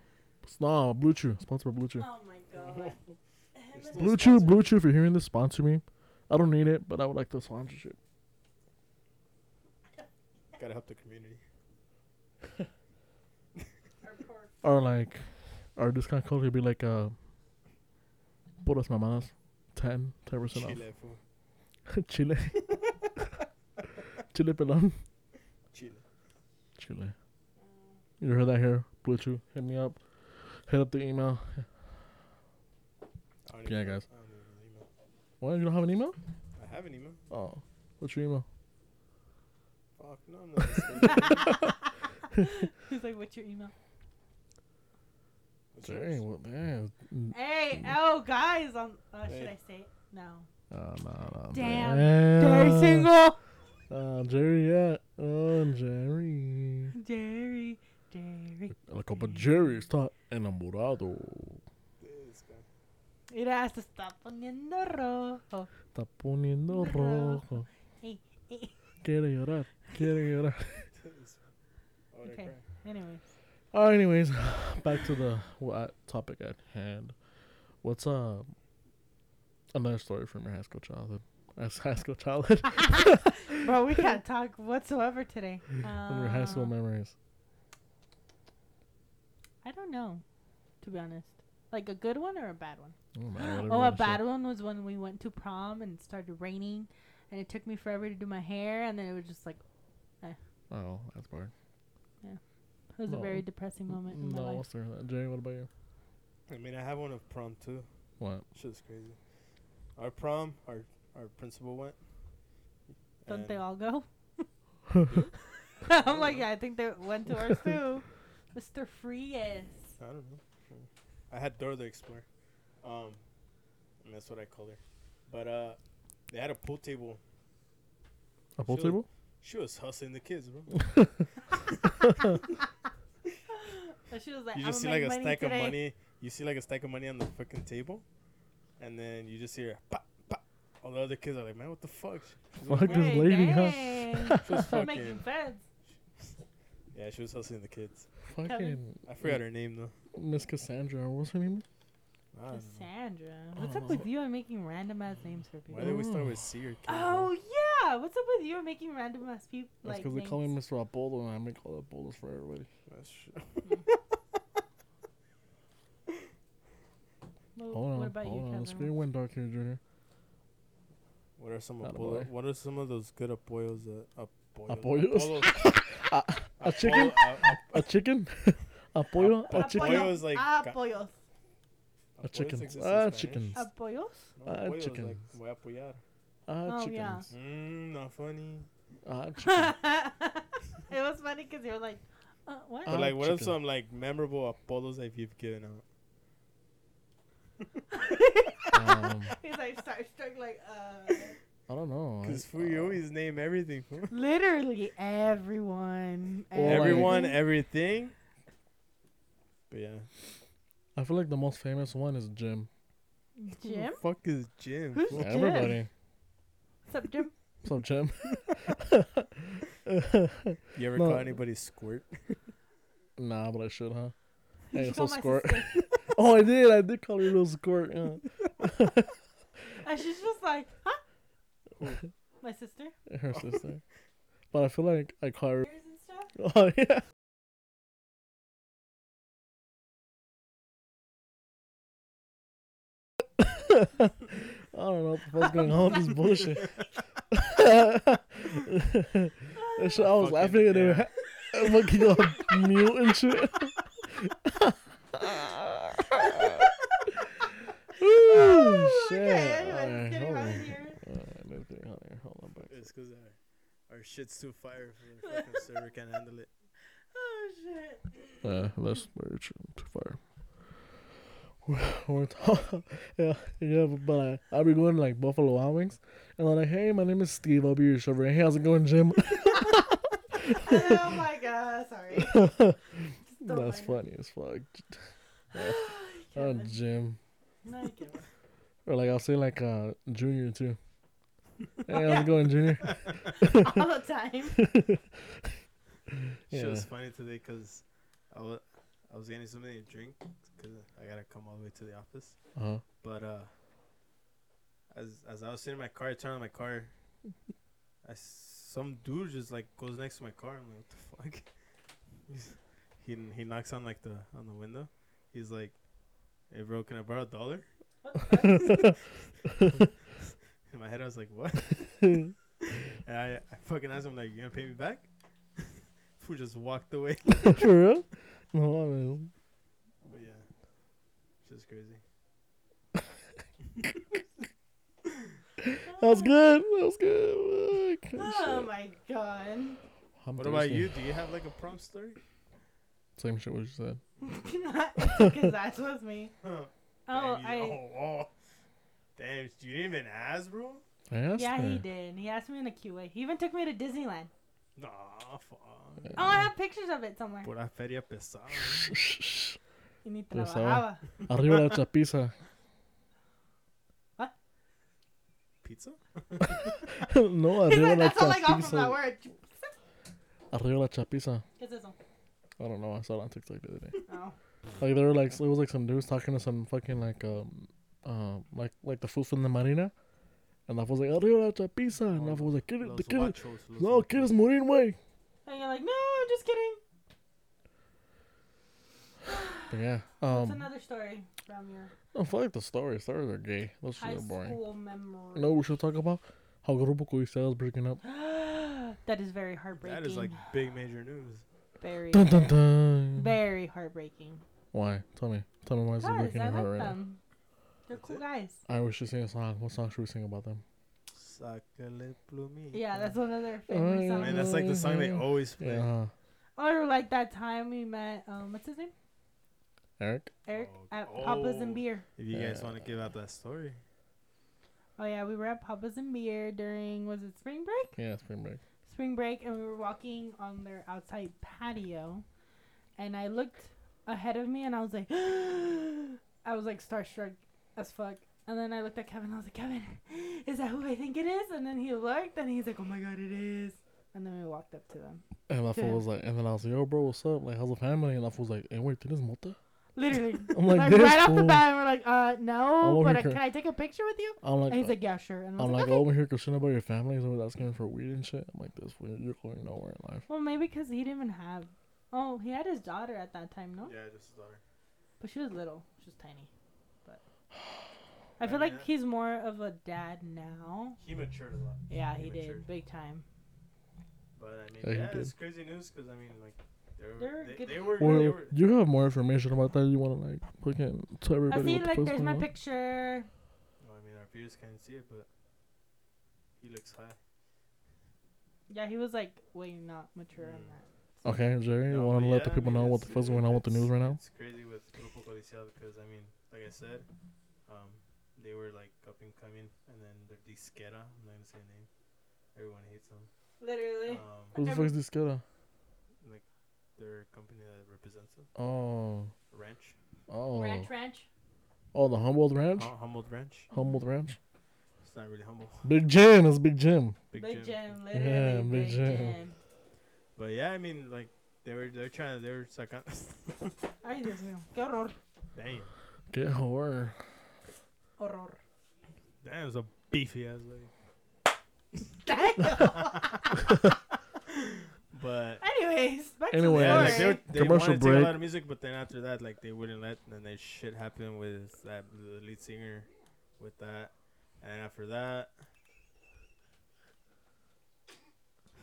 S1: It's- No, Blue Chew. Sponsored by Blue Chew.
S2: Oh my god.
S3: It's still
S1: Blue Chew,
S3: sponsored.
S1: Blue Chew. If you're hearing this, sponsor me. I don't need it, but I would like the sponsorship.
S3: Gotta help the community.
S1: Or like, our discount code would be like uh, puras mamadas, 10 10 percent off.
S3: Chile, fool.
S1: *laughs* Chile. Chile pelon.
S3: Chile.
S1: Chile. You heard that here? Blue Chew. Hit me up. Hit up the email.
S3: I don't
S1: Yeah,
S3: even-
S1: guys.
S3: I don't even know email.
S1: What? You don't have an email?
S3: I have an email.
S1: Oh. What's your email?
S3: Fuck no, I'm not.
S2: *laughs*
S3: listening.
S2: He's like, what's your email?
S3: What's yours?
S1: Dang, what man?
S2: Hey, oh guys, um, uh,
S3: Hey.
S2: should I say it? No.
S1: Oh, no, no.
S2: Damn.
S1: Damn.
S2: Jerry single.
S1: Oh, Jerry, yeah. Oh, Jerry.
S2: Jerry. Jerry.
S1: La copa Jerry está enamorado.
S3: This *laughs* guy.
S2: Mira, se está poniendo rojo.
S1: Está poniendo rojo.
S2: Hey, hey.
S1: Quiere llorar. Quiere llorar.
S3: This- I wanna
S2: Okay.
S3: cry.
S2: Anyways.
S1: Oh, anyways, back to the wha- topic at hand. What's uh another story from your high school childhood? Uh, High school childhood
S2: Bro, we can't talk whatsoever today.
S1: from your high school
S2: Um,
S1: memories.
S2: I don't know, to be honest. Like a good one or a bad one?
S1: Oh, man, whatever
S2: oh, a
S1: wanna say.
S2: bad one was when we went to prom and it started raining, and it took me forever to do my hair, and then it was just like
S1: Oh, that's bad.
S2: it was
S1: No.
S2: a very depressing moment in my
S1: No,
S2: life.
S1: what's there? Jerry, what about you?
S3: I mean, I have one of prom too.
S1: What?
S3: Shit's crazy. Our prom, our our principal went.
S2: Don't
S3: and-
S2: they all go? *laughs* I'm like, yeah, I think they went to ours too. Mr. Frias.
S3: I don't know. I had Dora the Explorer, um, and that's what I called her. But uh, they had a pool table.
S1: A pool
S3: Sure.
S1: table?
S3: She was hustling the kids, bro.
S2: And she was like,
S3: You just see
S2: I'm
S3: like
S2: gonna
S3: a
S2: make money
S3: stack
S2: today.
S3: of money. You see like a stack of money on the fucking table, and then you just hear pop, pop. All the other kids are like, "Man, what the fuck?" She's
S1: Fuck
S3: like,
S1: this
S2: Hey,
S1: lady, huh?
S2: *laughs* dang.
S3: She was
S2: She's making
S3: fucking.
S2: feds.
S3: Yeah, she was hustling the kids.
S1: Fucking
S3: I forgot her name though.
S1: Miss Cassandra. or What's her name?
S3: I don't know.
S2: Cassandra.
S1: I
S2: What's
S1: don't
S2: up
S1: know.
S2: with you and making random ass names for
S3: Why
S2: people?
S3: did we start with C or K? bro?
S2: Oh yeah, what's up with you and making random ass people?
S1: That's
S2: like
S1: because they call me
S2: names?
S1: Mr. Apollo, and I make all the Apollos for everybody.
S3: That's sh-
S2: Well,
S1: Hold on,
S2: what about
S1: hold
S2: you,
S1: on.
S2: Kevin?
S1: The screen went dark here, Junior.
S3: What are some
S1: Not a
S3: Apollo,
S1: boy.
S3: What are some of those good apoyos that apoyos?
S1: Apoyos? *laughs* A chicken? A chicken? *laughs* a pollo? A
S3: Apoyo.
S1: chicken?
S3: Apoyo is like
S2: Ah,
S3: ca-
S2: pollos.
S1: A chicken. Ah, chicken.
S2: Apoyos?
S1: Ah, chicken.
S3: Mm, Voy a apoyar.
S1: Ah,
S2: Oh,
S1: chicken.
S2: yeah.
S3: Mm, not funny.
S1: Ah, chicken.
S2: *laughs* it was funny because you were like, uh, what?
S1: Ah,
S3: But like, what are
S1: chicken.
S3: some like memorable Apollos that you've given out?
S2: Uh.
S1: um,
S2: *laughs* He's like starstruck, like, uh.
S1: I don't know. Oh, I- uh,
S3: Because fool, you always name everything.
S1: *laughs*
S3: fool.
S2: Literally everyone.
S1: Well, like-
S3: Everyone, everything. But yeah.
S1: I feel like the most famous one is Jim.
S3: Who the
S2: Jim?
S3: fuck is Jim?
S2: Who's
S3: fool?
S2: Jim?
S1: Everybody.
S2: What's up, Jim?
S1: What's up, Jim?
S3: You ever
S1: No.
S3: caught anybody squirt?
S1: nah, but I should, huh? *laughs* Hey,
S2: You
S1: so
S2: call my
S1: squirt. *laughs*
S2: sister.
S1: oh, I did. I did call her little squirt. Yeah.
S2: And she's just like, huh?
S1: *laughs*
S2: my sister?
S1: Her sister. But I feel like I call her.
S2: Ears
S1: *laughs*
S2: and stuff? *laughs*
S1: Oh, yeah. I don't know what the fuck's going on with this bullshit. That shit, I was
S3: Fucking
S1: laughing at
S3: damn.
S1: her. Fucking on mute and shit. *laughs* Ooh, shit.
S2: Okay,
S1: All
S2: Oh, anyways,
S1: right,
S2: getting
S1: hold
S2: out
S1: on.
S2: of here.
S1: All right, let's get out of here. Hold on, back.
S3: It's because our, our shit's too fire for the fucking server can't handle it.
S2: Oh, shit. *laughs*
S1: Yeah, that's very true. Too far. We're talking, *laughs* yeah, yeah, but uh, I, I'll be going to like Buffalo Wild Wings, and I'm like, hey, my name is Steve. I'll be your chauffeur. Hey, how's it going, Jim? *laughs*
S2: oh my god, *laughs* sorry. Don't
S1: that's funny
S2: mind.
S1: as fuck. Oh,
S2: Kevin.
S1: Jim.
S2: No, you can't.
S1: Or like I'll say like uh Junior too. Hey, how's it going, Junior?
S2: All the time.
S3: Shit was
S1: Yeah.
S3: funny today because I wa- I was getting something to drink because I gotta come all the way to the office.
S1: Uh-huh. *laughs*
S3: But uh, as as I was sitting in my car, I turned on my car. I s- some dude just like goes next to my car. I'm like, what the fuck? *laughs* He's- he he knocks on like the on the window. He's like, hey bro, can I borrow a dollar? in my head, I was like, what? and I, I fucking asked him like, you gonna pay me back? *laughs* Who just walked
S1: *laughs*
S3: away.
S1: For real? No, I mean,
S3: But yeah, it's just crazy.
S1: that was good. That was good. Fuck,
S2: Oh
S1: shit.
S2: my god. *laughs*
S1: I'm
S3: What about
S1: thirsty.
S3: you? Do you have like a prom *laughs* story?
S1: Same shit what you said.
S2: Because that was me.
S3: oh,
S2: Oh,
S3: you,
S2: I.
S3: oh, oh. damn! You didn't even ask, bro.
S1: I asked
S2: Yeah,
S1: her.
S2: he did. He asked me in a cute way. He even took me to Disneyland.
S3: Nah, fuck.
S2: Oh, I have pictures of it somewhere.
S3: Pura feria pesada.
S2: Y ni
S1: Pues, ah.
S2: trabajaba.
S1: *laughs*
S2: *laughs*
S1: Arriba la chapiza. *laughs*
S3: Pizza?
S1: no,
S2: *laughs* He's
S1: arriba
S2: like,
S1: la
S2: that's all I got from that
S1: chapiza.
S2: word.
S1: Arriba la chapiza.
S2: ¿Qué
S1: *laughs*
S2: es eso?
S1: I don't know. I saw it on TikTok the other day.
S2: Oh.
S1: Like there were like it was like some dudes talking to some fucking like um um like like the fool from the marina, and that was like arriba la chapiza, and that was like get it,
S3: Los
S1: get it.
S3: guachos, los
S1: No,
S3: guachos.
S1: quieres morir, güey.
S2: And you're like, no, just kidding.
S1: But yeah,
S2: That's
S1: um,
S2: another story from your
S1: I feel like the stories. Stories are gay. Those shit
S2: high
S1: are boring.
S2: school memory.
S1: You know what we should talk about? How Grupo Coisel is breaking up.
S2: *gasps* that is very heartbreaking.
S3: That is like big major news.
S1: *laughs*
S2: very,
S1: Dun dun dun.
S2: very heartbreaking.
S1: Why? Tell me. Tell me why is it
S2: Guys,
S1: breaking
S2: I
S1: up
S2: like
S1: right now?
S2: them. They're
S3: That's
S2: cool
S3: it?
S2: guys.
S1: I wish to sing a song. What song should we sing about them?
S3: Sácale plumita.
S2: Yeah, that's one of their
S1: Oh,
S2: favorite
S1: yeah.
S2: songs.
S3: Man, that's like the song they
S1: Mhm.
S3: always play.
S1: Yeah. uh,
S2: Or Oh, like that time we met, um, what's his name?
S1: Eric?
S2: Eric
S3: Oh,
S2: at Papa's
S3: oh.
S2: and Beer.
S3: If you guys
S1: Yeah.
S3: want to give out that story,
S2: Oh yeah, we were at Papa's and Beer during was it spring break?
S1: Yeah, Spring Break.
S2: Spring break, and we were walking on their outside patio, and I looked ahead of me, and I was like, *gasps* I was like starstruck as fuck. And then I looked at Kevin. I was like, Kevin, is that who I think it is? And then he looked, and he's like, Oh my god, it is. And then we walked up to them.
S1: And that fool
S2: Yeah.
S1: was like, and then I was like, yo, bro, what's up? Like, how's the family? And that fool was like, hey, wait, tienes mota?
S2: Literally,
S1: *laughs* I'm like,
S2: like
S1: this
S2: right off the
S1: fool.
S2: bat, we're like, uh, no,
S1: Oh,
S2: but
S1: we
S2: uh,
S1: could-
S2: can I take a picture with you?
S1: I'm like, uh,
S2: And he's like, yeah, sure. And I was
S1: I'm
S2: like,
S1: like oh.
S2: okay.
S1: over here concerned about your family. So asking for weed and shit. I'm like, this fool, you're going nowhere in life.
S2: well, maybe because he didn't even have. Oh, he had his daughter at that time, no?
S3: yeah, just a story.
S2: But she was little. She was tiny. *sighs* But I feel
S3: mean,
S2: like
S3: that-
S2: he's more of a dad now.
S3: He matured a lot,
S2: Yeah,
S3: He
S2: he did
S3: matured.
S2: big time.
S3: but I mean,
S1: Yeah, he
S3: yeah,
S1: did.
S3: it's crazy news because I mean, like, they were,
S2: They're
S3: they,
S2: good-
S3: they were, they
S1: Well,
S3: were
S1: you have more information about that. You want to like fucking tell
S2: I
S1: everybody
S2: see,
S1: what the
S2: like,
S1: fuck's
S2: there's my
S1: going on?
S2: picture.
S3: Well, I mean, our viewers can't see it, but he looks high.
S2: Yeah, he was like way not mature on
S3: Mm.
S2: that.
S1: Okay, Jerry, you
S3: No,
S1: want
S3: but
S1: to let
S3: yeah,
S1: the
S3: I
S1: people
S3: mean,
S1: know what the
S3: it's-
S1: fuck's going on with the news right now?
S3: It's crazy with Grupo Policial because I mean, like I said, um, they were like up and coming, and then the Disquera, I'm not gonna say the name. Everyone hates them.
S2: Literally.
S3: Um,
S1: Who the fuck is this kid?
S3: like their company that represents them,
S1: Oh,
S3: Ranch,
S1: oh,
S2: Ranch, ranch.
S1: oh, the Humboldt Ranch,
S3: Hum- Humboldt Ranch.
S1: Humboldt Ranch,
S3: It's not really humble. *laughs*
S1: Big Jim is Big Jim.
S3: Big,
S2: Big
S3: Jim.
S2: Jim,
S1: Yeah,
S2: literally.
S1: Big
S2: big
S1: Jim.
S2: Jim.
S3: But yeah, I mean, like they were, they're trying to, they were sucking. *laughs*
S2: Ay, Dios mío. Qué horror.
S3: Damn,
S1: Get horror.
S2: Horror. *laughs*
S3: that was a beefy ass lady. But
S2: Anyways, back
S1: Anyway,
S2: to the
S3: Yeah, like
S1: Alright.
S3: they,
S2: story.
S3: would, they
S1: Commercial
S3: wanted to take
S1: break.
S3: a lot of music, but then after that, like they wouldn't let. And then they shit happened with that the lead singer, with that, and after that,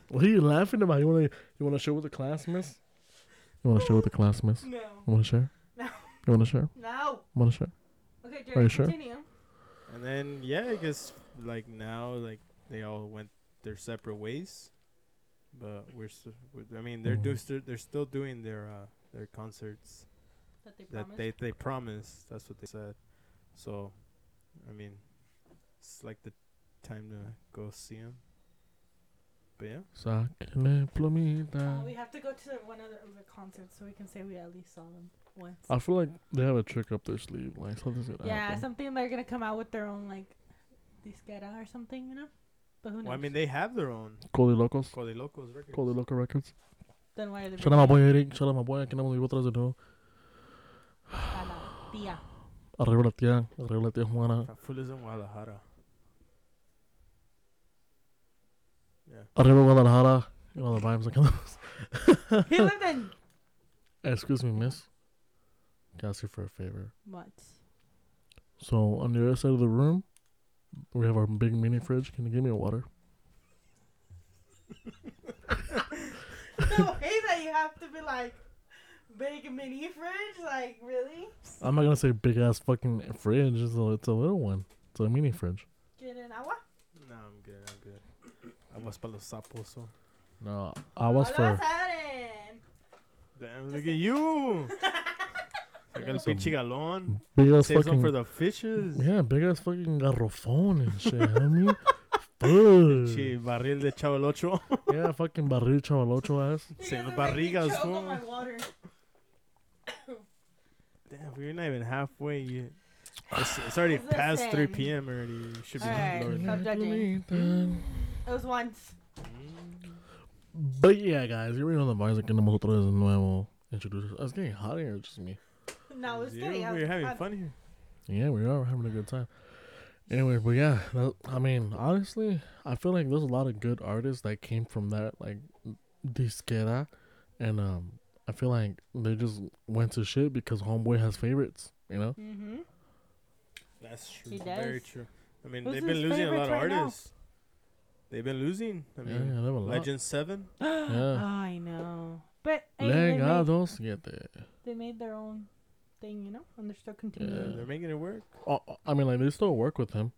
S1: What are you laughing about? You want to you want to share with the class, miss? You want to share with the class, miss? You
S2: No.
S1: want to share?
S2: No.
S1: You want to share?
S2: No.
S1: Want to share?
S2: Okay,
S1: Are you
S2: Jerry,
S1: sure?
S2: continue.
S3: and then yeah, I guess like now like they all went their separate ways, but we're. s- we're- I mean, they're do,
S1: Mhm.
S3: st- they're still doing their uh, their concerts
S2: That they
S3: that
S2: promised.
S3: they they promised. That's what they said. So, I mean, it's like the time to go see them. But yeah.
S1: Sáquenle
S2: Uh,
S1: plumita.
S2: we have to go to one other of the concerts so we can say we at least saw them once.
S1: I feel like they have a trick up their sleeve. Like something's gonna
S2: yeah,
S1: happen.
S2: something they're gonna come out with their own like disquera or something, you know. But who knows?
S3: Well, I mean, they have their own
S1: Cody Locos.
S3: Cody Locos records.
S1: Cody Loco Records.
S2: then why are they?
S1: Shout out my boy Eric. Shout out my boy. Aquí andamos vivo tras de nuevo.
S2: A la tía.
S1: Arriba la tía. Arriba la tía Juana.
S3: Capitalism Guadalajara. Yeah.
S1: Arriba Guadalajara. You know the vibes. Aquí andamos.
S2: He lived in
S1: *laughs* Excuse me, miss. Can I ask you for a favor?
S2: what?
S1: So on the other side of the room, we have our big mini fridge. Can you give me a water?
S2: the way that you have to be like big mini fridge, like really?
S1: I'm not gonna say big ass fucking fridge. It's a, it's a little one. It's a mini fridge.
S2: Get an agua.
S3: No, I'm good. I'm good. I was para los sapos. So.
S1: No, I was for.
S3: Damn, look at you. I got a
S1: Some
S3: pinche galón.
S1: Big ass
S3: Save some
S1: fucking.
S3: for the fishes.
S1: Yeah, big ass fucking garrofón and shit,
S3: *laughs*
S1: homie. Fuck.
S3: Che, barril de chavo el ocho. *laughs*
S1: Yeah, fucking barril chavalocho ass.
S3: Se nos barrigas, fool.
S2: water.
S3: Damn, we're not even halfway yet. It's, it's already
S2: Listen.
S3: past 3 p.m. already. You should be
S2: Alright.
S3: lower than-
S2: Stop judging. It was once.
S3: Mm.
S1: But yeah, guys, you already know the vibes. Aquí andamos otra vez de nuevo. Introduce. us. It's getting hot in here. It's just me.
S2: No, it was
S3: Yeah,
S2: kidding. I
S3: We're
S2: was-
S3: having
S2: I-
S3: fun here.
S1: Yeah, we are having a good time. Anyway, but yeah, that, I mean, honestly, I feel like there's a lot of good artists that came from that like disquera, and um, I feel like they just went to shit because Homeboy has favorites, you know.
S2: Mhm.
S3: That's true.
S2: He
S3: Very
S2: does.
S3: true. I mean,
S2: Who's
S3: they've been
S2: his
S3: losing a
S2: favorites
S3: lot of
S2: right now?
S3: artists. They've been losing. I
S1: Yeah,
S3: mean,
S1: yeah, they have a lot.
S3: Legend Seven.
S1: Yeah.
S2: *gasps*
S1: ah,
S2: I know. But hey, they, made,
S1: Legado siete.
S2: they made their own thing, you know, and they're still
S3: They're-
S2: continuing.
S1: Yeah.
S3: They're making it work.
S1: Oh, oh, I mean, like they still work with him,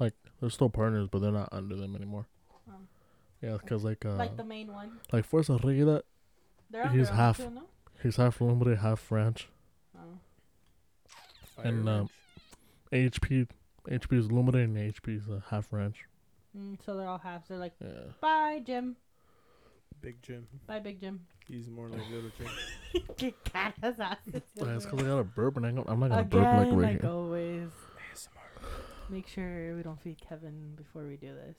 S1: like they're still partners, but they're not under them anymore.
S2: Um.
S1: Yeah, because like uh,
S2: Like
S1: like,
S2: the main one,
S1: Forza Regida,
S2: they're on
S1: He's
S2: their own
S1: half.
S2: too, no?
S1: he's half Lumbre, half French.
S2: Oh.
S1: And, um, HP, HP is Lumbre, and HP is uh, half French.
S2: Mm, so they're all halves. They're like,
S1: Yeah.
S2: bye, Jim.
S3: Big Jim.
S2: Bye, Big Jim. *laughs*
S3: He's more like little Jim.
S2: Get cat has ass.
S1: Yeah, it's because I got a burp, and I don't- I'm not gonna burp
S2: Again,
S1: like right
S2: like
S1: here.
S2: always.
S3: ASMR.
S2: Make sure we don't feed Kevin before we do this.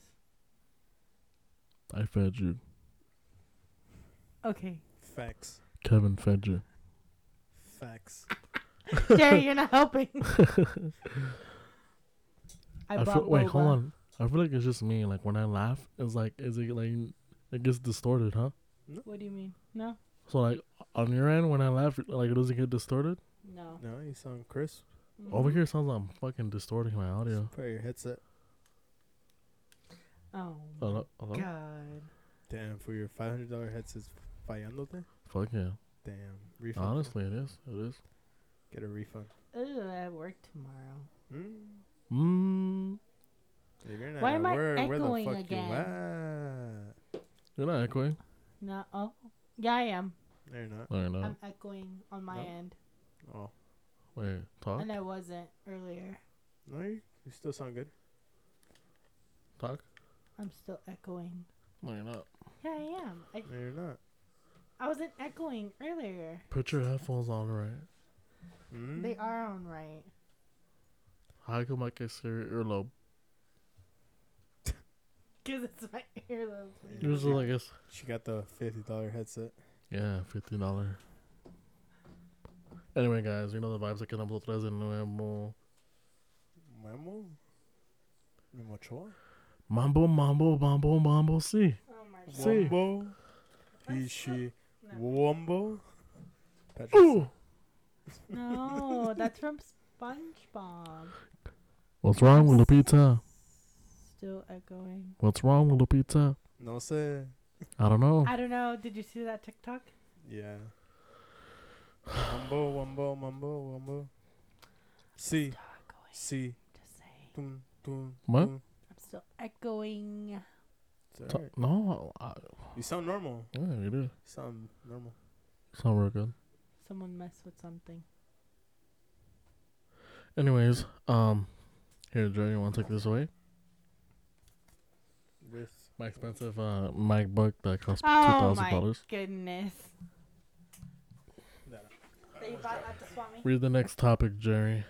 S1: I fed you, *laughs*
S2: Okay.
S3: Facts.
S1: Kevin fed you.
S3: Facts.
S2: Jerry, you're
S1: *laughs*
S2: not helping. I,
S1: I
S2: bought
S1: feel, wait, hold
S2: boba.
S1: on. I feel like it's just me. Like when I laugh, it's like, is it like it gets distorted, huh?
S2: What do you mean? No?
S1: So like on your end, when I laugh, like it doesn't get distorted.
S2: No.
S3: No, you sound crisp.
S1: Over
S2: Mhm.
S1: here, it sounds like I'm fucking distorting my audio.
S3: Probably your headset.
S2: Oh,
S1: Hello, hello?
S2: God.
S3: Damn, for your five hundred dollar headsets fallándote?
S1: Fuck yeah.
S3: Damn. Refund. fool.
S1: Honestly, it is. It is.
S3: Get a refund.
S2: Ooh, I have work tomorrow.
S3: Mm.
S1: Mm,
S3: If you're not
S2: Why
S3: at
S2: am I
S3: work, where the
S2: echoing
S3: fuck
S2: again?
S3: you at?
S1: you're not echoing.
S2: No. Oh, yeah, I am.
S3: No, you're not.
S1: No, you're not.
S2: I'm echoing on my
S3: No.
S2: end,
S3: Oh.
S1: Wait, talk,
S2: and I wasn't earlier.
S3: No, you, you still sound good.
S1: talk.
S2: I'm still echoing.
S1: No, you're not.
S2: Yeah, I am. I,
S3: No, you're not.
S2: I wasn't echoing earlier.
S1: Put your headphones on right.
S3: Mm.
S2: They are on right.
S1: How come I can see your earlobe?
S2: Because it's my *laughs* earlobe.
S3: Yeah.
S1: Usually, like it's
S3: She got the fifty dollar headset.
S1: Yeah, fifty dollar. Anyway, guys, you know the vibes. Aquí estamos otra vez de nuevo.
S3: Memo? Memo Choa?
S1: Mambo, mambo, mambo, mambo. See,
S2: Oh, my God.
S1: See.
S3: Wombo. He, she,
S2: No.
S3: Wombo. Patrick.
S1: ooh,
S2: No, that's from SpongeBob.
S1: what's wrong with Lupita?
S2: Still echoing.
S1: What's wrong with Lupita?
S3: No sé.
S1: I don't know.
S2: I don't know. Did you see that TikTok?
S3: Yeah. Wombo, Wombo, Wombo, Wombo. Si,
S2: Still echoing.
S3: si.
S2: Just saying.
S3: Tum, tum,
S1: What?
S3: tum.
S2: I'm still echoing.
S3: It's
S1: Ta-
S3: alright.
S1: No, I,
S3: You sound normal.
S1: yeah, you do.
S3: You sound normal.
S1: Sound real good.
S2: Someone messed with something.
S1: Anyways, um, here, Jerry, you want to take this away?
S3: With
S1: My expensive uh MacBook that cost two
S2: Oh
S1: thousand
S2: my
S1: dollars.
S2: goodness.
S3: that.
S2: They bought at the Swami.
S1: Read the next topic, Jerry.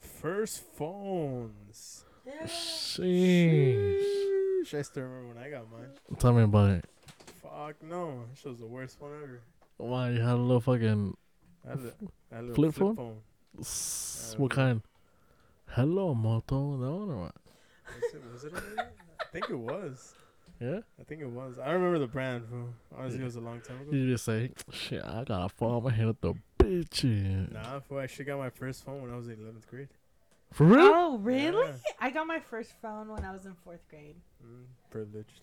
S3: First phones.
S1: Sheesh.
S3: Sheesh, I still remember when I got mine.
S1: Tell me about it.
S3: Fuck no. She was the worst one ever.
S1: Why you had a little fucking
S3: I had a, I had a little
S1: Flip phone?
S3: flip, phone.
S1: S-
S3: Uh,
S1: what
S3: but-
S1: kind? Hello, Moto. That one or what?
S3: Was it, was it a lady? I think it was.
S1: Yeah?
S3: I think it was. I remember the brand. fool. Honestly,
S1: Yeah.
S3: it was a long time ago.
S1: You just say, shit, I gotta fall my head with the bitches.
S3: Nah, fool, I should got my first phone when I was in 11th grade.
S1: For real?
S2: Oh, really?
S3: Yeah.
S2: I got my first phone when I was in fourth grade.
S3: Mm, privileged.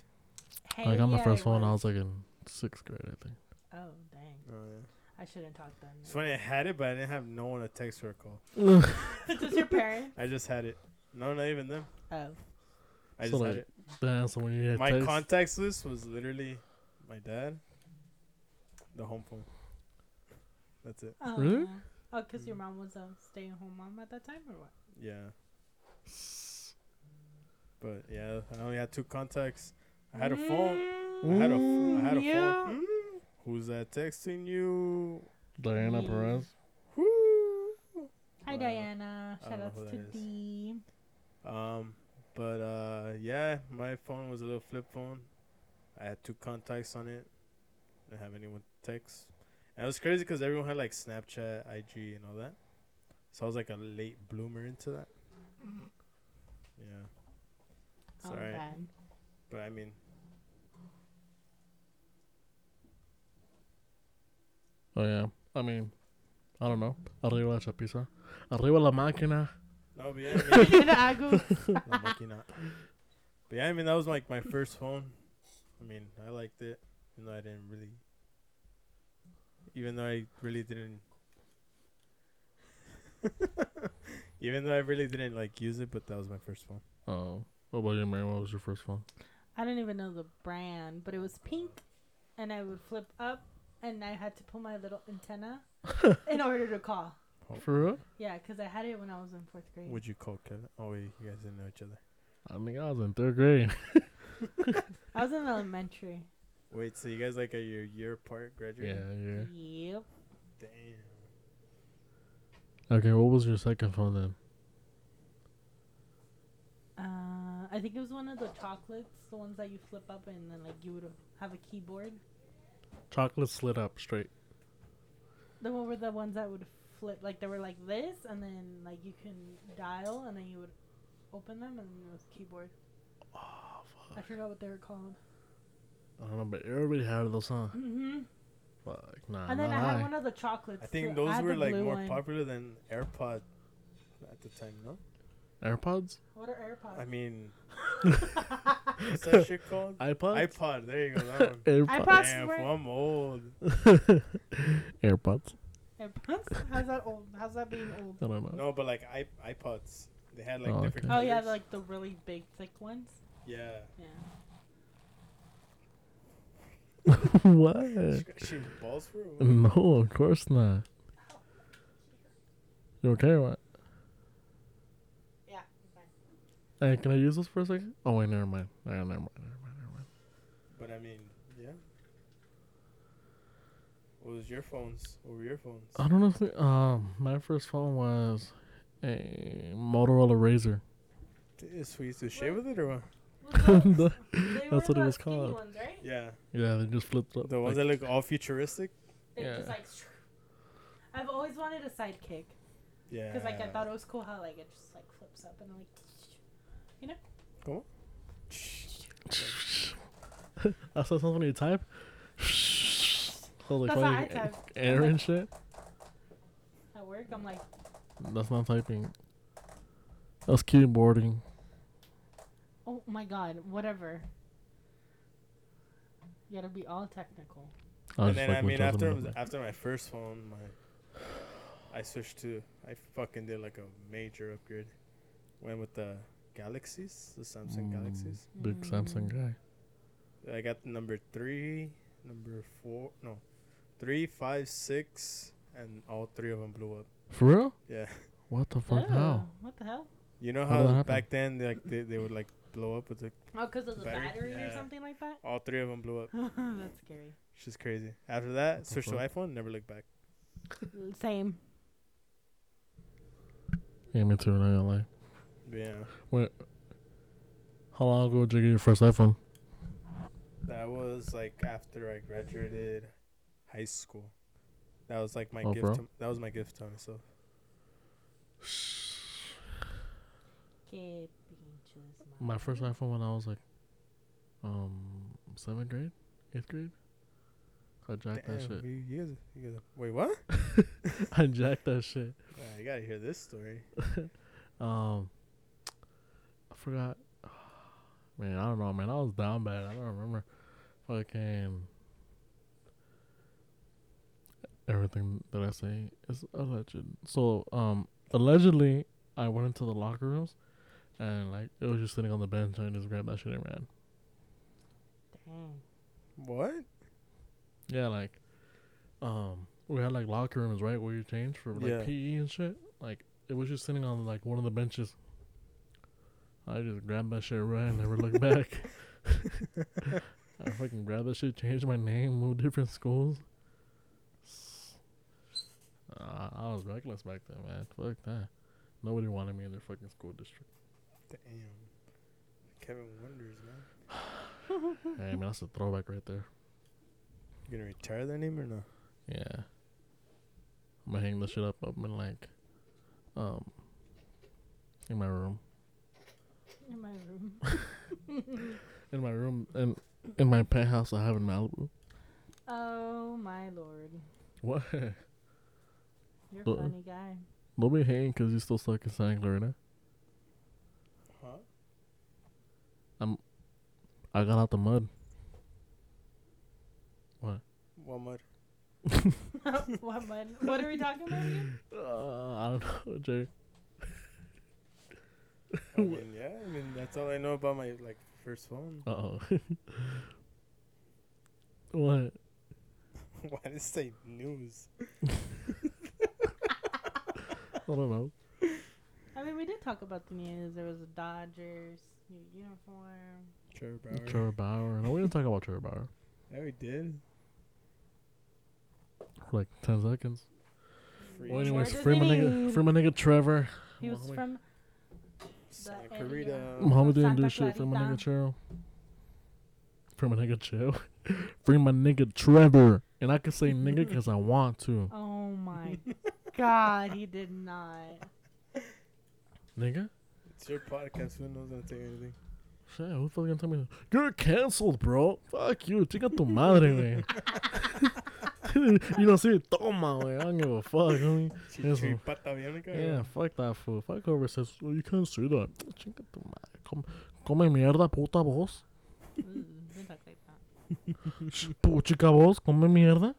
S2: Hey,
S1: I got my
S2: yeah,
S1: first one. I
S2: was-
S1: was like in sixth grade, I think.
S2: Oh, dang.
S3: Oh, yeah.
S2: I shouldn't talk to them.
S3: It's funny, I had it, but I didn't have no one to text or call.
S2: *laughs* Just your
S3: *laughs*
S2: parents?
S3: I just had it. No, not even them.
S2: Oh.
S3: I
S1: So,
S3: just
S1: like,
S3: had it.
S1: Damn, so when you had
S3: My
S1: text,
S3: contacts list was literally my dad, the home phone. That's it.
S2: oh.
S1: Really?
S2: Oh, because your mom was a stay at home mom at that time, or what?
S3: Yeah. But yeah, I only had two contacts. I had a phone. I had a,
S1: Mm,
S3: f- I had a
S2: yeah.
S3: phone. Mm, Who's that texting you?
S1: Diana
S2: Yeah.
S1: Perez.
S3: Woo.
S2: Hi,
S3: Wow.
S2: Diana.
S3: I don't
S2: Shout
S3: know
S2: outs
S3: who
S2: to
S3: that is.
S2: D.
S3: Um, but uh, yeah, my phone was a little flip phone. I had two contacts on it. Didn't have anyone text, and it was crazy because everyone had like Snapchat, IG, and all that. So I was like a late bloomer into that. Yeah, it's
S2: Mm. Oh,
S3: alright. *laughs*
S2: bad.
S3: But I mean,
S1: Oh, yeah. I mean, I don't know. Arriba la chapiza. Arriba la máquina.
S3: no, but yeah, I
S2: *laughs*
S3: mean,
S2: *laughs* Agu.
S3: no, monkey not. But yeah, I mean that was like my first phone. I mean, I liked it, even though I didn't really, even though I really didn't *laughs* Even though I really didn't like use it, but that was my first phone.
S1: Oh, what about you, Mary? What was your first phone?
S2: I don't even know the brand, but it was pink, and I would flip up, and I had to pull my little
S1: *laughs*
S2: antenna in order to call.
S3: Oh.
S1: For real?
S2: Yeah, 'cause I had it when I was in fourth grade.
S3: Would you call Kevin? Oh wait, you guys didn't know each other.
S1: I think I was in third grade.
S2: I was in elementary.
S3: Wait, so you guys like are your year apart
S1: *laughs* yeah,
S3: graduating?
S1: yeah.
S2: Yep.
S3: Damn.
S1: Okay, what was your second phone then?
S2: Uh, I think it was one of the chocolates, the ones that you flip up and then like you would have a keyboard.
S1: Chocolate slid up straight.
S2: The one were the ones that would flip, like they were like this, and then like you can dial, and then you would open them, and it was keyboard.
S1: Oh, fuck.
S2: I forgot what they were called.
S1: I don't know, but everybody had those, huh?
S2: Mm-hmm.
S1: Fuck, nah.
S2: And then
S1: not
S2: I had
S1: I.
S2: one of the chocolates.
S3: I
S2: too.
S3: think those
S2: had
S3: were
S2: the
S3: like
S2: blue
S3: more
S2: one.
S3: popular than AirPod at the time, no?
S1: AirPods?
S2: What are AirPods?
S3: I mean,
S2: *laughs*
S3: what's that shit called?
S1: iPods?
S3: iPod. There you go. That *laughs* one.
S1: AirPods.
S2: That's
S3: Damn,
S2: where-
S3: fool, I'm old.
S1: *laughs* AirPods.
S2: AirPods? How's that old? How's that being old?
S1: I don't know.
S3: No, but like iP- iPods, they had like
S1: Oh,
S3: different.
S1: okay.
S2: Oh yeah,
S3: colors.
S2: the, like the really big, thick ones.
S3: yeah.
S2: Yeah.
S1: *laughs* what?
S3: She, she was balls for. it, what?
S1: No, of course not. You okay or what?
S2: Yeah. *laughs*
S1: Hey, can I use this for a second? Oh wait, never mind. Nah, never mind. Never mind. Never mind.
S3: But I mean, yeah. What was your phones? What were your phones?
S1: I don't know if the, um my first phone was a Motorola Razor.
S3: This we used to shave with it or what?
S1: *laughs* The-
S2: Oh They
S1: That's
S2: were
S1: what it
S2: the
S1: was
S2: skinny
S1: called.
S2: Ones, right?
S3: Yeah,
S1: yeah, they just flipped up.
S3: the ones that
S1: like-
S3: look all futuristic.
S2: They
S1: Yeah.
S2: just like. I've always wanted a sidekick
S3: Yeah.
S2: because like I thought it was cool how like it just like flips up and like.
S1: I saw something you
S2: *laughs*
S1: type. So like
S2: That's how I
S1: fucking
S2: type.
S1: air and shit.
S2: At work, I'm like,
S1: That's not typing. That's keyboarding.
S2: oh my god, whatever. You gotta be all technical.
S1: I just
S3: and then
S1: like
S3: I
S1: what
S3: mean,
S1: Joseph
S3: after
S1: was like.
S3: after my first phone, my I switched to I fucking did like a major upgrade. Went with the Galaxies, the Samsung
S1: Mm.
S3: Galaxies.
S1: big Samsung guy.
S3: I got the number three, number four, no, three, five, six, and all three of them blew up.
S1: For real?
S3: Yeah.
S1: What the fuck? How?
S2: Oh, What the hell?
S3: You know
S1: How did that
S3: how
S1: happen?
S3: back then they, like they, they would like blow up with like
S2: Oh, because of the
S3: Battery?
S2: battery,
S3: Yeah.
S2: or something like that.
S3: all three of them blew up.
S2: *laughs* That's scary.
S3: It's just crazy. After that,
S1: What the
S3: switched to
S1: fuck?
S3: iPhone, never looked back.
S2: Same.
S1: Yeah, me too. Not gonna lie.
S3: Yeah,
S1: How long ago did you get your first iPhone?
S3: that was like after I graduated high school. That was like my
S1: Oh,
S3: gift.
S1: bro.
S3: To, that was my gift to myself.
S2: Que pinches
S1: My first
S2: madre.
S1: iPhone when I was like, um, seventh grade, eighth grade. I jacked that
S3: Damn,
S1: shit.
S3: you, you guys, you guys, wait, what?
S1: *laughs* I jacked that shit.
S3: Nah, you gotta hear this story.
S1: Um, I forgot. *sighs* Man, I don't know, man. I was down bad. I don't remember. Fucking. Everything that I say is alleged. So, um, allegedly, I went into the locker rooms and, like, it was just sitting on the bench and I just grabbed that shit and ran.
S2: Dang.
S3: What?
S1: Yeah, like, um, we had, like, locker rooms, right? Where you change for, like,
S3: Yeah.
S1: PE and shit. Like, it was just sitting on, like, one of the benches. I just grabbed that shit, ran, never looked back. I fucking grabbed that shit, changed my name, moved different schools. Uh, I was reckless back then, man. Fuck that. Nobody wanted me in their fucking school district.
S3: Damn, Kevin Wonders, man.
S1: hey, man, that's a throwback right there.
S3: You gonna retire that name or no?
S1: Yeah. I'm gonna hang this shit up up in like, um, in my room.
S2: In my
S1: *laughs*
S2: room.
S1: In my room, in in my penthouse I have in Malibu.
S2: Oh my lord.
S1: *laughs* What?
S2: You're
S1: Uh-uh.
S2: a funny guy. *laughs*
S1: Nobody hating because you still suck in Santa Clarita.
S3: Huh?
S1: I got out the mud.
S3: Walmart.
S2: what, bud? What are we talking about? again?
S1: Uh, I don't know, *laughs* Jerry. *laughs*
S3: I mean, yeah, I mean that's all I know about my like first phone.
S1: Uh oh. *laughs* what?
S3: *laughs* Why did it say news?
S1: I don't *laughs* know.
S2: I mean, we did talk about the news. There was a Dodgers new uniform.
S3: Trevor Bauer.
S1: Trevor Bauer. No, we didn't talk about Trevor Bauer
S3: Yeah, we did.
S1: for like 10 seconds.
S3: Free
S1: Well, anyways,
S2: Trevor
S1: free my nigga,
S2: Deneen.
S1: free my nigga Trevor.
S2: He was
S1: Mohammed-
S2: from
S3: Santa
S2: area.
S3: Clarita.
S1: Muhammad didn't do
S2: Santa
S1: shit. Free my nigga
S2: Clarita.
S1: Cheryl. Free my nigga Cheryl. *laughs* free my nigga Trevor. And I can say nigga because I want to. *laughs*
S2: Oh my god, he did not.
S1: Nigga?
S3: It's your podcast. Who knows gonna take anything?
S1: Shit, who the fuck gonna tell me? You're canceled, bro. Fuck you. Chica tu madre, wey. *laughs* you don't see it. Toma, wey. I don't give a fuck, homie. Yes,
S3: Chichi
S1: well.
S3: pata bianca.
S1: Yeah, fuck that fool. Fuck whoever says, oh, you can't say that. Chinga tu madre. Come, come mierda, puta voz.
S2: Ooh, don't Mm, talk like that.
S1: Pu- Chica voz, come mierda.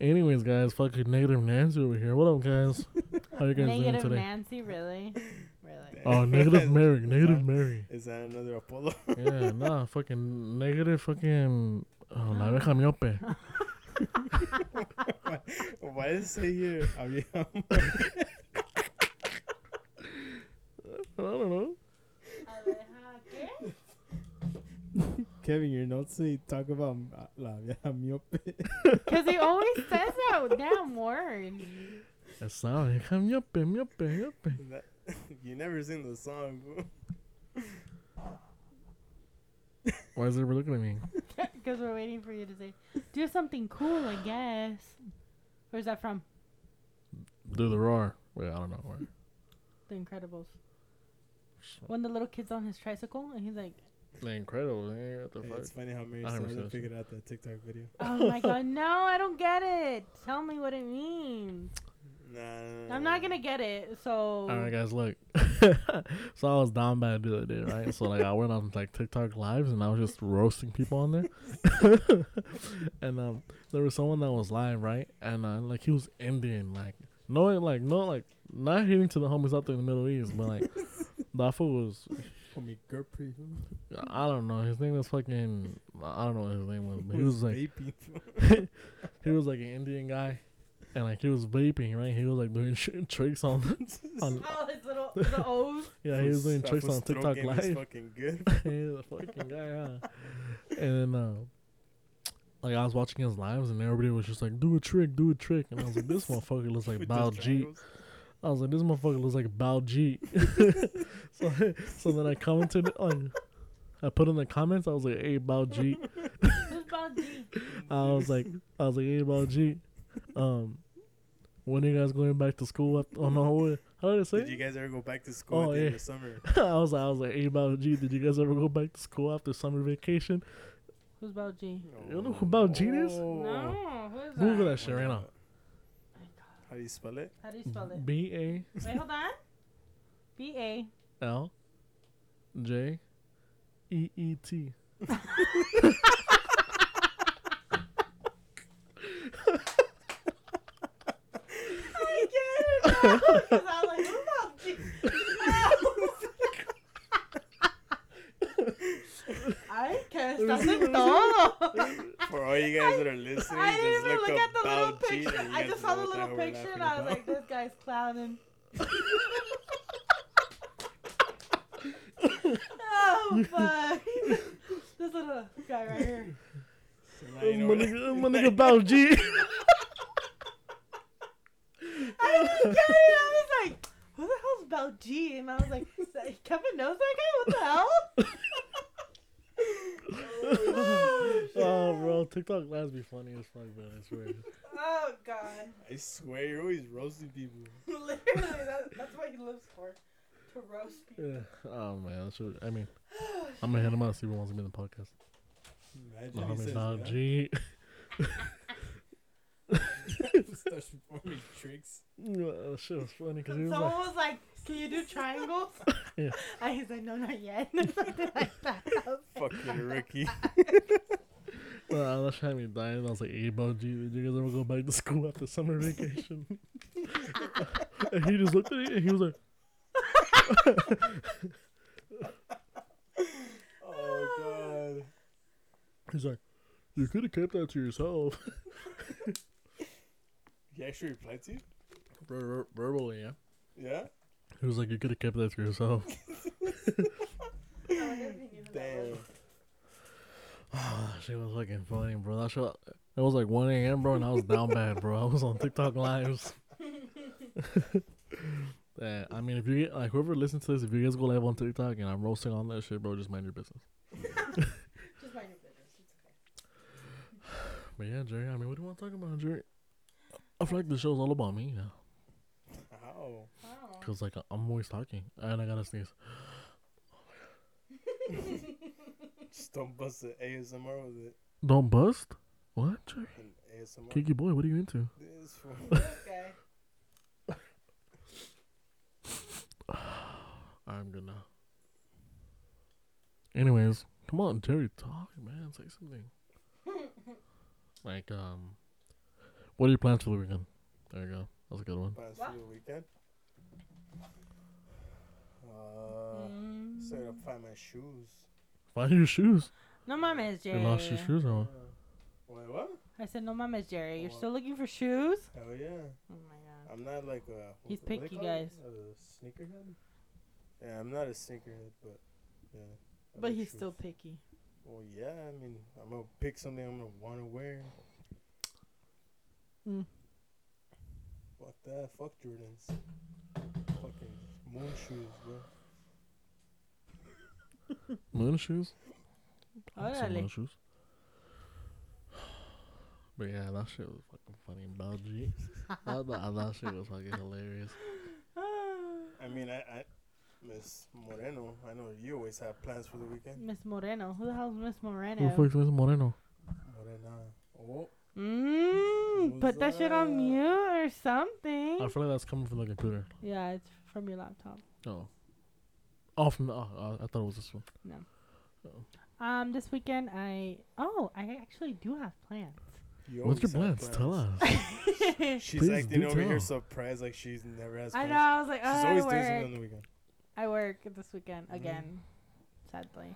S1: Anyways, guys, fucking negative Nancy over here. What up, guys? How you guys
S2: Negative
S1: doing today?
S2: Nancy, really? Really?
S3: *laughs*
S1: oh, *laughs* negative Mary, negative Mary.
S3: Is that another Apollo? *laughs*
S1: Yeah, nah, fucking negative fucking oh, la abeja miope.
S3: Why does it say here? *laughs* I mean,
S1: I don't know.
S2: *laughs*
S3: Kevin, your notes say talk about m- uh, la vieja miope.
S2: Because he always says that damn word.
S1: It sounds like miope, miope, miope.
S3: *laughs* That- *laughs* you never sing the song. bro.
S1: Why is everybody looking at me?
S2: Because we're waiting for you to say, do something cool, I guess. Where's that from?
S1: Do the roar. Wait, I don't know where.
S2: The Incredibles. When the little kid's on his tricycle and he's like, *laughs*
S1: The incredible. eh, What the
S3: Hey,
S1: fuck?
S3: it's funny how Mary
S1: I never said
S3: Sally
S1: that.
S3: figured out that TikTok video.
S2: oh my god, no, I don't get it. Tell me what it means.
S3: Nah, nah, nah,
S2: I'm not
S3: nah.
S2: going to get it, so.
S1: All right, guys, look. *laughs* so I was down bad the other day, right? So like I went on like TikTok lives and I was just roasting people on there. *laughs* and um, there was someone that was live, right? And uh, like he was Indian, like no, like no, like not hitting to the homies out there in the Middle East, but
S3: *laughs*
S1: like that fool was
S3: Homie Gurpy. who?
S1: I don't know. His name was fucking. I don't know what his name was, but he
S3: Who
S1: was like
S3: vaping, bro?
S1: he was like an Indian guy, and like he was vaping, right? He was like doing *laughs* shit tricks on *laughs*
S2: *laughs*
S1: on
S2: Oh, his little the O's.
S1: *laughs* yeah. He was doing
S3: That
S1: tricks
S3: fool's
S1: on
S3: throat
S1: TikTok
S3: game is
S1: live.
S3: fucking good.
S1: He's a fucking guy, huh? And then, uh, like I was watching his lives, and everybody was just like, "Do a trick, do a trick," and I was like,
S3: *laughs*
S1: "This motherfucker looks like
S3: With
S1: Bao
S3: those
S1: G."
S3: triangles.
S1: I was like, "This motherfucker looks like Bao G."
S3: *laughs*
S1: *laughs* so, so then I commented on. I put in the comments. I was like, "Hey, Bao G."
S2: Who's Bao G?
S1: I was like, I was like, hey, about G, um, when are you guys going back to school? Up on the hallway? How did I say?
S3: Did you guys ever go back to school
S1: Oh,
S3: at the end
S1: yeah.
S3: of summer?
S1: it? *laughs* I was, I was like, hey, about G, did you guys ever go back to school after summer vacation?
S2: Who's Bao G?
S1: You know who Bao G is?
S3: Oh.
S2: No, who is that? Oh
S1: Google that shit right now.
S3: How do you spell it?
S2: How do you spell it?
S1: B
S2: Wait, hold on. B A.
S1: A L J E E T.
S2: I get it. now, 'cause I was like, who's Bao G? Ay, que está en todo.
S3: For all you guys that are listening,
S2: I
S3: just
S2: didn't even
S3: look,
S2: look at
S3: up
S2: the little
S3: Bao G.
S2: picture.
S3: and you
S2: I
S3: guys
S2: just
S3: know
S2: saw the
S3: what
S2: little
S3: hell we're
S2: picture and I
S3: laughing
S2: was like, this guy's clowning. *laughs* oh, fuck. *laughs* this little guy right here.
S3: about. So *laughs* now you know
S1: My
S3: what-
S1: nigga, my nigga Bao *laughs* G.
S2: I
S1: Oh,
S2: *laughs* didn't get it. I was like, who the hell's Bell G? And I was like, Kevin knows that guy? What *laughs* the hell?
S1: oh, bro, TikTok lives be funny as fuck, man. I swear.
S2: oh, God. *laughs*
S3: I swear, you're always roasting people.
S2: Literally, that, that's what he lives for. To roast people.
S1: *laughs* Yeah. Oh man, that shit. I *sighs* mean, I'm gonna hit him out. See if he wants to be in the podcast.
S3: Imagine he
S1: Muhammad
S3: says
S1: Bao
S3: that.
S1: G.
S3: *laughs*
S1: *laughs*
S3: Starts performing tricks.
S1: Uh, shit was funny because he was
S2: Someone
S1: like,
S2: was like, "Can you do *laughs* triangles?"
S1: Yeah.
S2: I *laughs* was like, "No, not yet." Something like that. I was like,
S3: Fucking Ricky.
S1: Well, that shit had me dying. I was like, hey, bro, G, did you guys ever go back to school after summer vacation? *laughs* and he just looked at me and he was like,
S3: Oh god.
S1: he's like, you could have kept that to yourself. *laughs*
S3: He actually replied to you?
S1: Ver- ver- verbally, yeah.
S3: Yeah?
S1: He was like, you could have kept that to *laughs* yourself.
S3: Damn.
S1: Ah, shit was fucking funny, bro. That shit, it was like 1 a.m., bro, and I was down bad, bro. I was on TikTok lives. Yeah, I mean, if you get like whoever listens to this, if you guys go live on TikTok and I'm roasting on that shit, bro, just mind your business.
S2: Just mind your business. It's okay.
S1: But yeah, Jerry, I mean, what do you want to talk about, Jerry? I feel like the show's all about me, yeah.
S3: How?
S2: Wow.
S1: Cause like I'm always talking, and I gotta sneeze.
S3: Just don't bust the ASMR with it.
S1: Don't bust. What, Jerry?
S3: An ASMR.
S1: Kiki boy, what are you into?
S3: This fool.
S2: Oh, Okay.
S1: I'm good now. Anyways, come on, Jerry, talk, man. Say something. like, um, what are your plans for the weekend? There you go. That's a good one.
S3: Plans
S2: What?
S3: for the weekend? Uh,
S2: Mm.
S3: so I gotta find my shoes.
S1: Find your shoes.
S2: No mames,
S1: You
S2: Jerry.
S1: lost your shoes or what?
S3: Wait, Uh, what?
S2: I said no mames, Jerry. You're
S3: What?
S2: still looking for shoes?
S3: Hell yeah.
S2: Oh my
S3: I'm not like a.
S2: He's
S3: what do they
S2: picky,
S3: call it?
S2: guys.
S3: A sneakerhead? Yeah, I'm not a sneakerhead, but. Yeah. I
S2: But
S3: like
S2: he's
S3: shoes.
S2: still picky.
S3: Well, yeah, I mean, I'm gonna pick something I'm gonna wanna wear.
S2: Mm.
S3: Fuck that. Fuck Jordans. Fucking moon shoes, bro.
S1: Moon shoes.
S2: Oh,
S1: I'd say moon
S2: Órale.
S1: shoes. *sighs* But yeah, that shit was fucking funny, bro. G. that, that, that shit was fucking hilarious.
S2: Ah,
S3: I mean, I, I, Miss Moreno, I know you always have plans for the weekend.
S2: Miss Moreno. Who the hell's Miss
S1: Who the
S2: Moreno?
S1: fuck's Miss Moreno?
S3: Morena. Oh,
S2: Mmm. Put that shit on mute or
S1: I
S2: something.
S1: feel like that's coming from the computer.
S2: Yeah, it's from your laptop.
S1: Oh. Oh, from the, oh, oh, I thought it was this one.
S2: Um, this weekend I oh I actually do have plans.
S3: *laughs* you
S1: What's your
S3: always have
S1: plans? Tell us.
S3: She's
S1: Please
S3: acting
S1: do
S3: over here
S1: tell.
S3: surprised like she's never has
S2: I
S3: plans.
S2: know. I was like, oh,
S3: She's
S2: I
S3: always
S2: work.
S3: doing something on the Mm-hmm. weekend.
S2: I work this weekend again, sadly.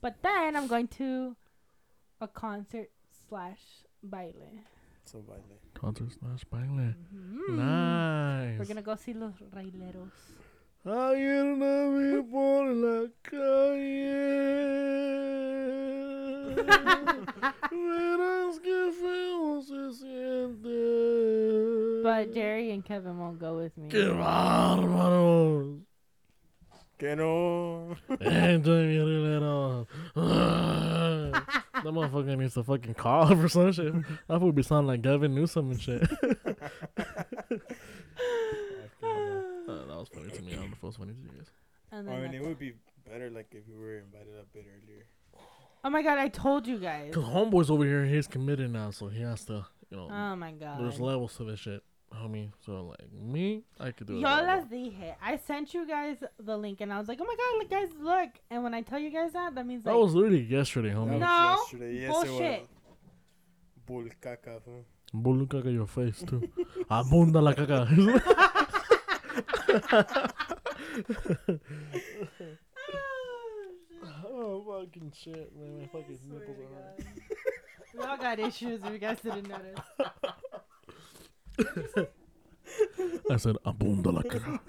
S2: But then I'm going to a concert slash baile.
S3: So badly.
S1: Concert slash baile.
S2: Mhm.
S1: Nice.
S2: We're gonna go see los Raileros.
S1: Alguien a mí por la
S2: *laughs*
S1: calle. Verás que feo se siente.
S2: But Jerry and Kevin won't go with me.
S1: ¡Qué bárbaros!
S3: Que
S2: *laughs*
S3: no.
S1: Entre mis rileros. *laughs* that motherfucker needs to fucking call *laughs* for some shit. That would be sounding like Gavin Newsom and shit. *laughs* Uh, that was funny to me. I don't know if it was funny to you guys.
S2: And
S3: I
S2: then
S3: mean,
S2: that's
S3: it
S2: it.
S3: would be better like if we were invited a bit earlier.
S2: oh my god, I told you guys.
S1: Cause homeboy's over here, he's committed now, so he has to, you know.
S2: Oh my god.
S1: There's levels to this shit, homie. So like me, I could do it.
S2: Y'all las dije. I sent you guys the link and I was like, oh my god, look, guys, look. And when I tell you guys that, that means like,
S1: that was literally yesterday, homie.
S2: No.
S3: yesterday.
S2: bullshit.
S3: Bull caca, huh?
S1: Bulu caca your face
S2: *laughs*
S1: too. Abunda la caca. *laughs*
S2: "Oh, shit."
S1: oh fucking shit, man! My fucking nipples are hurting.
S2: we all got issues if you guys didn't notice.
S1: I said abunda la caca.
S2: *laughs*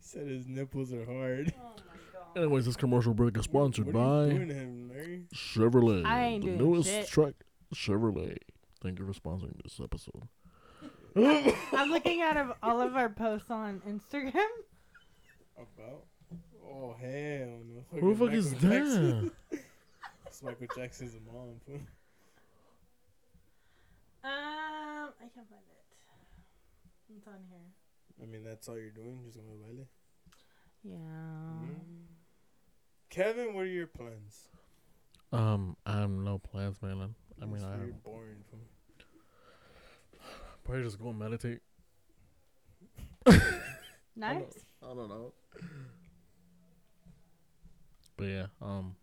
S3: Said his nipples are hard.
S2: *laughs* Oh my god.
S1: Anyways, this commercial break is sponsored
S3: what are you
S1: by
S3: doing to him, Larry?
S1: Chevrolet.
S2: I ain't
S1: the
S2: doing
S1: newest
S2: shit.
S1: truck, Chevrolet. Thank you for sponsoring this episode.
S2: *laughs* I'm looking at of- all of our posts on Instagram.
S3: About. Oh hell no.
S1: Who the
S3: Fucking
S1: fuck is
S3: Michael Jackson.
S1: that?
S3: It's Michael Jackson's mom. fool.
S2: Um, I can't find it. It's on here.
S3: I mean, that's all you're doing. Just gonna baile.
S2: Yeah.
S1: Mm-hmm.
S3: Kevin, what are your plans?
S1: *laughs* Um, I have no plans, man. I mean, I
S3: you're
S1: have
S3: boring. fool.
S1: probably just go meditate.
S2: Nice.
S1: I don't know. But yeah, um,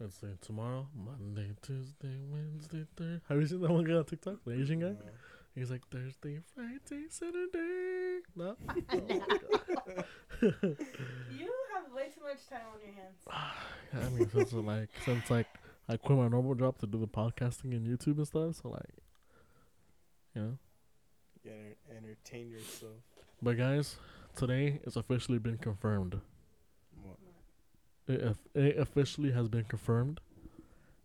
S1: Let's see. Tomorrow, Monday, Tuesday, Wednesday, Thursday. Have you seen that one guy on TikTok? The Asian guy? He's like Thursday, Friday, Saturday. *laughs* No. Oh
S2: You have way too much time on your hands.
S1: *laughs* I mean, since like since like I quit my normal job to do the podcasting and YouTube and stuff, so like, you know.
S3: Yeah, enter- entertain yourself.
S1: But guys, today it's officially been confirmed.
S3: What?
S1: It, of- it officially has been confirmed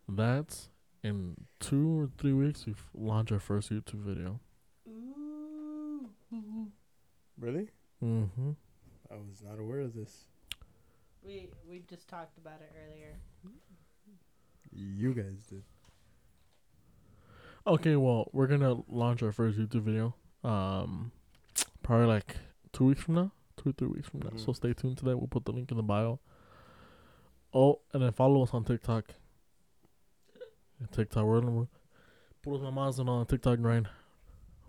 S1: that in two or three weeks we launch our first YouTube video.
S2: Ooh.
S3: Really?
S1: Mm-hmm.
S3: I was not aware of this.
S2: We we just talked about it earlier.
S3: You guys did.
S1: Okay, well, we're gonna launch our first YouTube video. Um, probably like two weeks from now, two or three weeks from now.
S3: Mhm.
S1: So stay tuned to that. We'll put the link in the bio. Oh, and then follow us on TikTok. Yeah, TikTok, we're on Puros Mamas and all on TikTok, Ryan.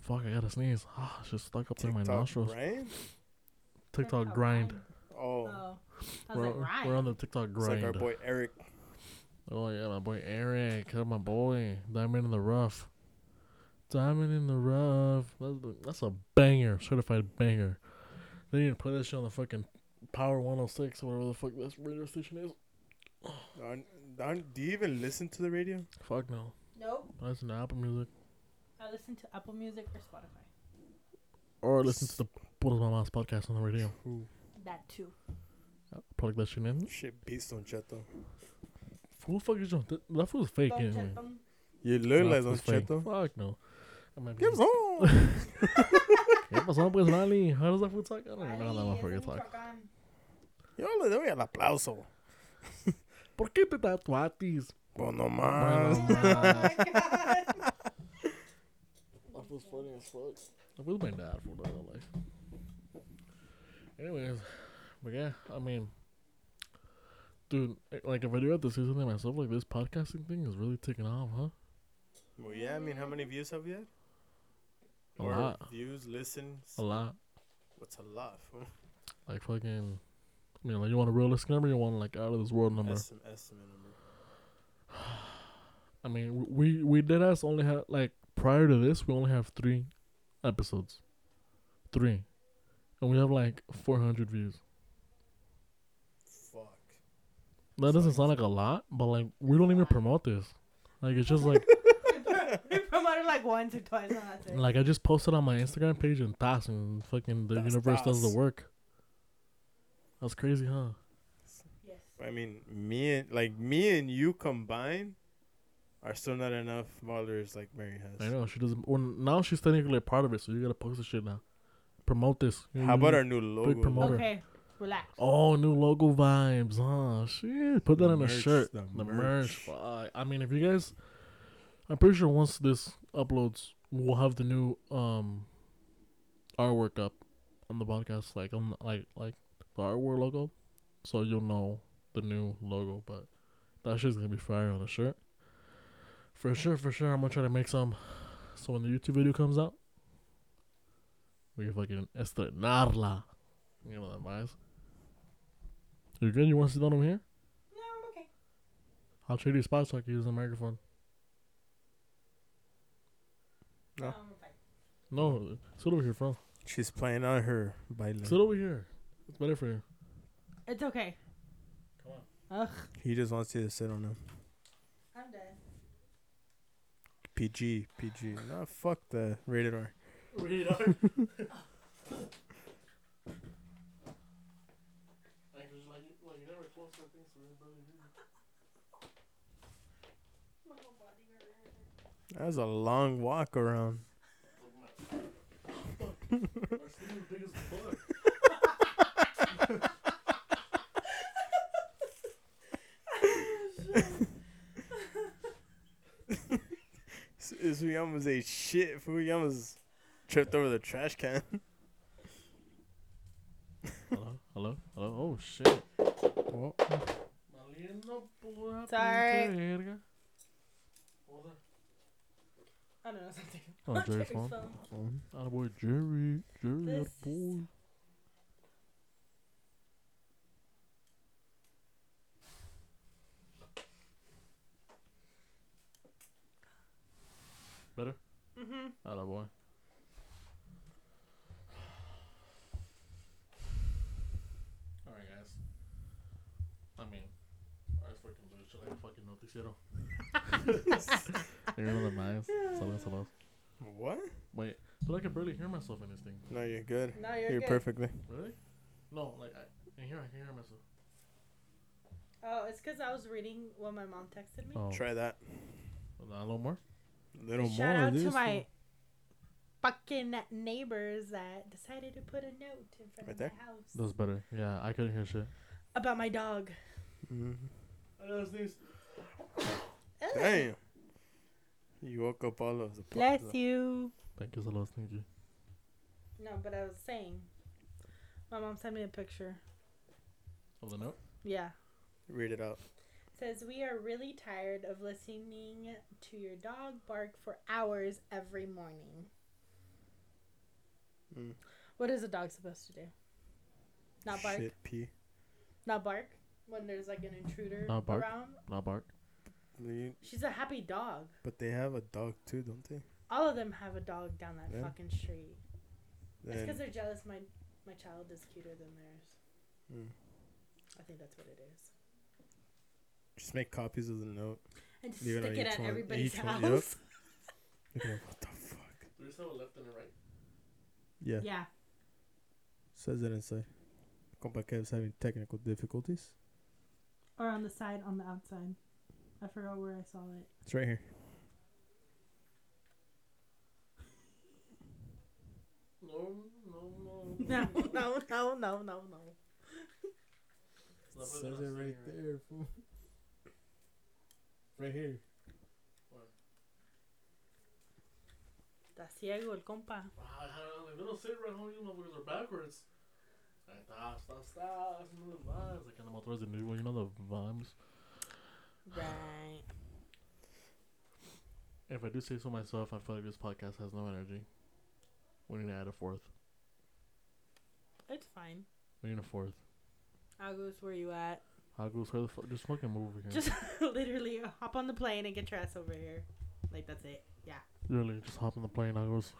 S1: Fuck, I gotta sneeze. Ah, it's just stuck up in my nostrils.
S3: Right?
S1: TikTok, grind.
S3: Oh,
S2: Oh. I was
S1: We're,
S2: like, right.
S1: we're on the TikTok
S3: it's
S1: grind.
S3: like our boy Eric.
S1: Oh yeah, my boy Eric, my boy, Diamond in the Rough. Diamond in the Rough. That's, that's a banger, certified banger. They need to play this shit on the fucking Power 106 or whatever the fuck this radio station is.
S3: Aren't, aren't, do you even listen to the radio?
S1: Fuck no.
S2: Nope.
S1: I listen to Apple Music
S2: I listen to Apple Music or Spotify.
S1: or listen to the What Is My Mom's podcast on the radio.
S3: Ooh,
S2: That too.
S1: I'll plug that shit in.
S3: shit, based on Cheto.
S1: Who the fuck is John? That, that fool's fake
S2: Don't
S1: anyway.
S2: check them.
S3: You look like Don
S1: That's fake.
S3: Cheto.
S1: Fuck no. I might be-
S3: Give
S1: *laughs*
S3: us on.
S1: Yeah, but some pues, Lali. How does that fool talk? I don't even know how that
S2: Ali,
S1: motherfucker
S2: isn't
S1: talk.
S2: Trocan?
S3: Yo le doy el aplauso.
S1: ¿Por qué te tatuatis?
S3: Pues no más.
S1: Bueno. *laughs*
S2: Oh my god. *laughs*
S1: That was funny as fuck. That was my dad for the whole life. Anyways, but yeah, I mean, dude, eh, like if I do have to say something myself, like this podcasting thing is really taking off, huh?
S3: Well, yeah, I mean, how many views have you had?
S1: A lot.
S3: Views, listens.
S1: A lot.
S3: What's a lot? fool?
S1: Like fucking, I mean, like you want a realistic number, you want like out of this world number.
S3: Estim- estimate number.
S1: I mean, we we did us only have like prior to this, we only have three episodes, three, and we have like four hundred views.
S3: Fuck.
S1: That doesn't sound like a lot, but like we don't even promote this. Like it's
S3: *laughs*
S1: just like
S2: we promoted like once or twice on that thing.
S1: like I just posted on my Instagram page and thoughts and fucking the
S3: That's
S1: universe does
S3: thoughts.
S1: the work. That's crazy, huh?
S2: Yes.
S3: I mean, me and like me and you combined are still not enough followers like Mary
S1: I
S3: has.
S1: know she doesn't. Well, now she's technically a part of it, so you gotta post the shit now. Promote this. You-
S3: How
S1: you-
S3: about our new logo?
S1: Mm-hmm. promoter.
S2: Okay, relax.
S1: Oh, new logo vibes, huh? Shit, put that
S3: The
S1: on
S3: merch,
S1: a shirt.
S3: the
S1: The,
S3: merch.
S1: merch. Fuck. I mean, if you guys, I'm pretty sure once this uploads, we'll have the new um artwork up on the podcast, like on like like the artwork logo, so you'll know the new logo. But that shit's gonna be fire on a shirt. For sure, for sure, I'm gonna try to make some. So when the YouTube video comes out, we can fucking estrenarla. You know that vibes. You good? You want to sit down over here?
S2: No, I'm okay.
S1: I'll trade you spots so I can use the microphone. Oh.
S3: No.
S2: Um, fine.
S1: No, sit over here, bro.
S3: She's playing on her by
S1: Sit over here. It's better for you.
S2: It's okay.
S1: Come on.
S2: Ugh,
S3: He just wants you to sit on him.
S2: I'm done.
S3: PG, PG. Nah, fuck the rated R.
S1: *laughs*
S3: That was a long walk around.
S1: *laughs*
S3: S- Is we almost ate shit. fool. We almost tripped over the trash can. *laughs*
S1: Hello? Hello? Hello? Oh, shit.
S3: Well,
S2: Sorry. I don't know something. *laughs*
S1: Oh, Jerry's phone. Out boy Jerry. Jerry,
S2: This
S1: atta boy.
S2: Mm-hmm.
S1: Atta boy. Alright, guys. I mean, I fucking lose shit like a fucking noticiero. *laughs* You're one of the
S2: *laughs*
S1: nice. Saludos, saludos.
S3: What?
S1: Wait, but I can barely hear myself in this thing.
S3: No, you're good.
S2: No, you're,
S3: You're,
S2: good.
S3: perfectly.
S1: Really? No, like, I, in here I can hear myself.
S2: Oh, it's because I was reading what my mom texted me.
S1: Oh,
S3: Try that.
S1: a little more?
S3: A little
S2: Shout
S3: more.
S2: out to
S3: dude.
S2: my fucking neighbors that decided to put a note in front
S3: Right
S2: of
S3: there?
S2: my house
S1: That's better. Yeah, I couldn't hear shit.
S2: about my dog.
S3: Mhm.
S2: Ugh.
S3: Damn. You woke up all of the.
S2: Bless you.
S1: Thank you, saludos, thank you.
S2: No, but I was saying, my mom sent me a picture.
S1: Of the note?
S2: Yeah.
S3: Read it out.
S2: Says we are really tired of listening to your dog bark for hours every morning.
S3: Mm.
S2: What is a dog supposed to do? Not bark.
S3: Shit, pee.
S2: Not bark when there's like an intruder
S1: Not bark.
S2: around.
S1: Not bark.
S3: You-
S2: She's a happy dog.
S3: But they have a dog too, don't they?
S2: All of them have a dog down that
S3: Yeah.
S2: fucking street. It's because
S3: Then-
S2: they're jealous. My my child is cuter than theirs.
S3: Mm.
S2: I think that's what it is.
S3: Just make copies of the note.
S2: And just
S3: Leave it on
S2: stick it
S3: each
S2: at
S3: one-
S2: everybody's
S3: each
S2: house.
S3: one, yep. You're gonna, what the fuck?
S1: Do we still have a left and a right?
S3: Yeah.
S2: yeah.
S3: Says it inside. Compa Kev's having technical difficulties.
S2: Or on the side, on the outside. I forgot where I saw it.
S3: It's right here.
S1: No, no, no.
S2: *laughs* *laughs* No, no, no, no, no, no.
S3: Says it right there. fool. *laughs* Right here.
S2: Está ciego el compa.
S1: They don't sit right home. You motherfuckers are backwards. Like, ah, stop, stop. You know the vibes. Like, I'm authorized new one. You know the vibes.
S2: Right.
S1: If I do say so myself, I feel like this podcast has no energy. We need to add a fourth.
S2: It's fine.
S1: We need a fourth.
S2: Agus, where you at? *laughs*
S1: Hagos, where the fuck? Just fucking move over here.
S2: Just literally hop on the plane and get your ass over here. Like, that's it. Yeah.
S1: really, just hop on the plane, Hagos.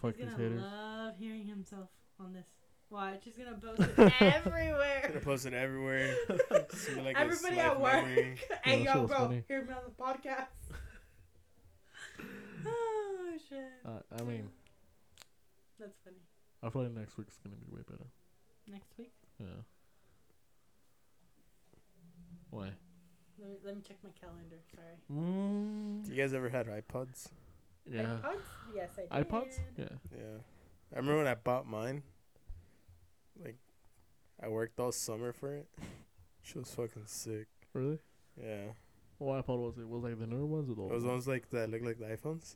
S1: Fuck
S2: He's
S1: these
S2: gonna
S1: haters.
S2: love hearing himself on this. Watch, he's gonna post it everywhere.
S3: Gonna post it everywhere. *laughs* Just be like a
S2: Everybody
S3: life
S2: at work.
S3: memory.
S2: hey,
S1: that shit
S2: yo,
S1: was
S2: bro,
S1: funny.
S2: hear me on the podcast.
S1: *laughs*
S2: oh shit,
S1: Uh, I mean,
S2: that's funny.
S1: I feel like next week's gonna be way better.
S2: Next week,
S1: Yeah. Why?
S2: let me, let me check my calendar. Sorry.
S1: Mm,
S3: Do you guys ever had iPods?
S1: yeah.
S2: iPods? Yes, I did.
S1: iPods? Yeah.
S3: Yeah. I remember when I bought mine. Like, I worked all summer for it. She was fucking sick.
S1: Really?
S3: Yeah.
S1: What iPod was it? Was it like the newer ones or the old
S3: Those
S1: ones?
S3: ones like that look like the iPhones.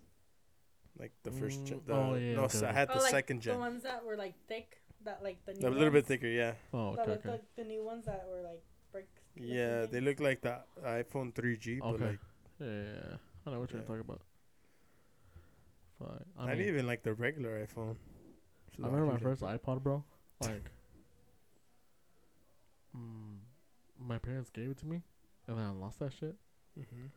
S3: Like the first gen.
S1: Mm,
S3: The,
S1: oh, yeah,
S3: no, so I
S1: okay.
S3: had
S2: Oh,
S3: the
S2: like
S3: second gen.
S2: The ones that were like thick, that like the new.
S3: They're a little
S2: ones,
S3: bit thicker, yeah.
S1: Oh,
S2: That
S1: okay,
S2: looked
S1: okay.
S2: like the new ones that were like brick. looking
S3: Yeah, they
S2: things.
S3: look like the iPhone 3G, but
S1: Okay.
S3: like
S1: Yeah, yeah, yeah. I know what you're
S3: Yeah.
S1: talking about. Fuck. I,
S3: I,
S1: mean,
S3: didn't even like the regular iPhone. Which is
S1: I remember my
S3: awesome.
S1: first iPod, *laughs* bro. Like, mm, my parents gave it to me, and then I lost that shit.
S3: Mhm.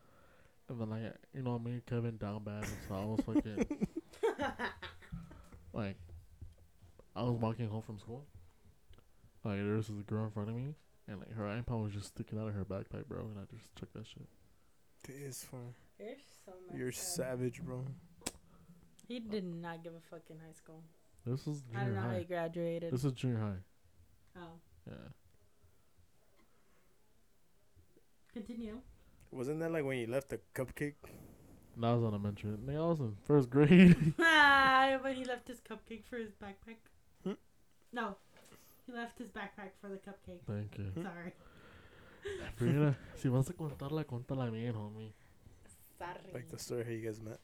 S1: And then, like, you know, me and Kevin down bad, and so I was
S2: *laughs*
S1: fucking, like, I was walking home from school. Like, there was this girl in front of me, and, like, her iPod was just sticking out of her backpack, bro, and I just took that shit.
S3: This one.
S2: You're so messed
S3: You're
S2: up.
S3: savage, bro.
S2: He did not give a fuck in high school.
S1: This is
S2: I don't
S1: junior
S2: know how he
S1: high.
S2: graduated.
S1: This is junior high.
S2: oh,
S1: Yeah. *laughs*
S2: continue.
S3: Wasn't that like when you left the cupcake?
S1: And I was on a mention. I was in first grade. *laughs*
S2: ah, when he left his cupcake for his backpack.
S3: Hmm?
S2: No, he left his backpack for the cupcake.
S1: Thank you.
S2: Sorry.
S1: Mira, si vas a contarla, contala bien, homie.
S2: Sorry.
S3: Like the story how you guys met.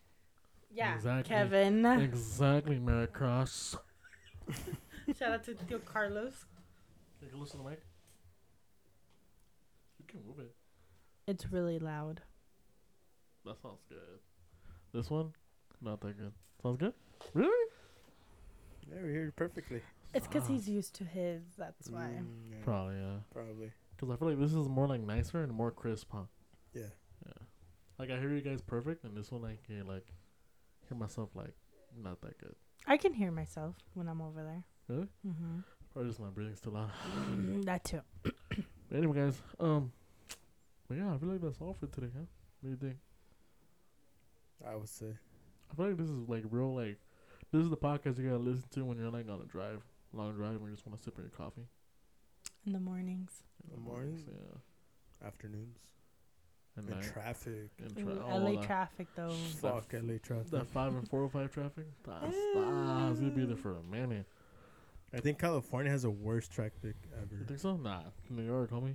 S2: yeah,
S1: Exactly.
S2: Kevin. *laughs*
S1: Exactly, Mary Cross.
S2: Shout out to Tio Carlos.
S1: You can listen to the mic. You can move it.
S2: It's really loud.
S1: That sounds good. This one, not that good. Sounds good. Really?
S3: Yeah, we hear you perfectly.
S2: It's because
S1: Ah.
S2: he's used to his. That's why.
S3: Mm, yeah,
S1: Probably, yeah.
S3: probably.
S1: Cause I feel like this is more like nicer and more crisp, huh?
S3: Yeah.
S1: Like I hear you guys perfect, and this one I hear like hear myself like not that good.
S2: I can hear myself when I'm over there.
S1: Really? Hmm.
S2: Mm-hmm.
S1: Probably just my breathing's too loud.
S2: that too.
S1: But anyway, guys. Um, but yeah, I feel like that's all for today, huh? What do you think?
S3: I would say.
S1: I feel like this is like real like this is the podcast you gotta listen to when you're like on a drive, long drive, and you just want to sip on your coffee.
S2: In the mornings.
S1: In
S3: The morning?
S1: yeah.
S3: Afternoons.
S1: And
S3: And
S1: night.
S3: traffic.
S1: and
S2: Ooh,
S1: tra- oh,
S2: LA
S1: that-
S2: traffic though.
S3: Fuck LA traffic.
S1: That five and four hundred five
S2: *laughs*
S1: traffic. That's that's gonna be there for a minute.
S3: I think California has the worst traffic
S1: You
S3: ever.
S1: think so? Nah, New York, homie.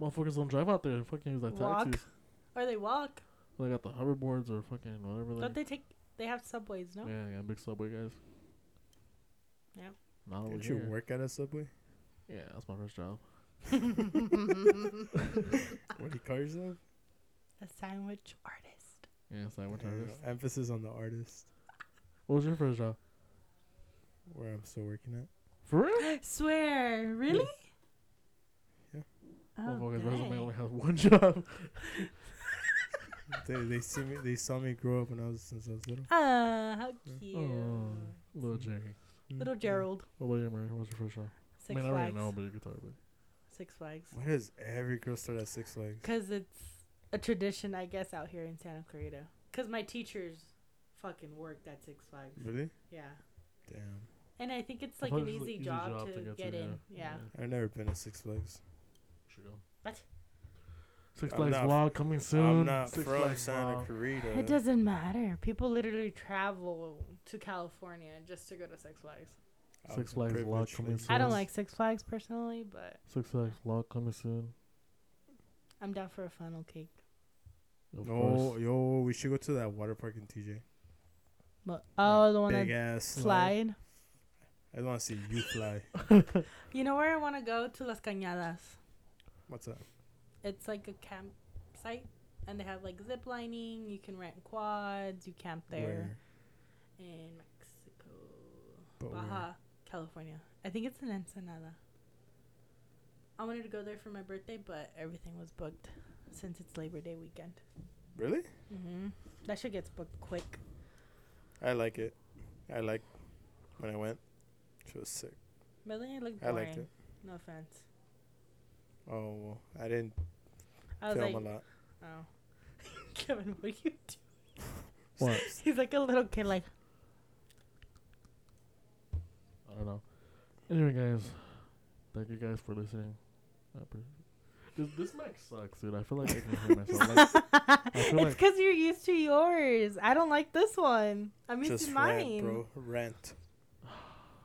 S1: Motherfuckers don't drive out there. and Fucking use like
S2: Walk.
S1: taxis.
S2: Or they walk.
S1: They got the hoverboards or fucking whatever.
S2: Don't
S1: they?
S2: they take? They have subways, no?
S1: Yeah, they got big subway guys.
S2: Yeah.
S1: Not over
S3: Did you
S1: here.
S3: work at a subway?
S1: Yeah, that's my first job.
S3: What do you call yourself?
S2: A sandwich artist.
S1: Yeah, so I went to.
S3: Uh,
S1: *laughs* What
S3: Emphasis on the artist.
S1: was your first job?
S3: Where I'm still working at.
S1: For real?
S2: Swear, really?
S3: Yeah.
S2: Oh,
S1: Motherfuckers resume
S2: dang.
S1: only has one *laughs* job.
S3: They *laughs* they see me they saw me grow up when I was since I was little.
S2: *laughs* Ah, how cute.
S1: Oh,
S2: Hmm.
S1: little Jerry.
S2: Little
S3: Mm.
S2: Gerald.
S1: What about you, Mary? What was your first job?
S2: Six
S1: I mean, I
S2: Flags.
S1: already know, but you could talk about it.
S2: Six Flags.
S3: Why does every girl start at Six Flags?
S2: Because it's a tradition, I guess, out here in Santa Clarita. Because my teachers fucking worked at Six Flags.
S3: Really?
S2: Yeah.
S3: Damn.
S2: And I think it's
S1: I
S2: like
S1: thought
S2: an
S1: it was
S2: easy,
S1: an easy
S2: job, to, get, in. Yeah.
S3: I've never been at Six Flags.
S1: Should go.
S2: What?
S1: Six
S3: I'm
S1: Flags
S3: not-
S1: vlog coming soon.
S3: I'm not
S1: Six
S3: from
S1: Flags
S3: Santa
S1: vlog.
S3: Clarita.
S2: It doesn't matter. People literally travel to California just to go to Six Flags.
S3: I was
S1: Six
S3: a
S1: Flags
S3: privileged
S1: locked from
S3: lady.
S1: inside.
S2: I don't
S1: Yes.
S2: like Six Flags personally, but
S1: Six Flags vlog coming soon.
S2: I'm down for a funnel cake.
S1: Of
S3: No,
S1: course.
S3: yo, we should go to that water park in TJ.
S2: But oh, the one
S3: Big
S2: that
S3: ass slide.
S2: slide.
S3: I don't want to see you fly.
S2: You know where I want to go to Las Cañadas.
S3: What's up?
S2: It's like a campsite, and they have like zip lining. You can rent quads. You camp there
S3: Where?
S2: in Mexico,
S3: But
S2: Baja,
S3: where?
S2: California. I think it's in Ensenada. I wanted to go there for my birthday, but everything was booked since it's Labor Day weekend.
S3: Really? Mm-hmm.
S2: hmm That shit gets booked quick.
S3: I like it. I like when I went. She was sick.
S2: Really, it looked
S3: I
S2: boring.
S3: liked it.
S2: No offense.
S3: Oh, well, I didn't
S2: I was
S3: film
S2: like,
S3: a lot.
S2: oh, *laughs* Kevin, what do you do?
S1: What?
S2: He's like a little kid, like
S1: I don't know. Anyway, guys, thank you guys for listening. I appre- This, this mic sucks, dude. I feel like I can
S2: *laughs*
S1: hear myself. Like, I
S2: it's
S1: feel like-
S2: because you're used to yours. I don't like this one. I'm used
S3: Just
S2: to
S3: rant,
S2: mine.
S3: bro. Rant.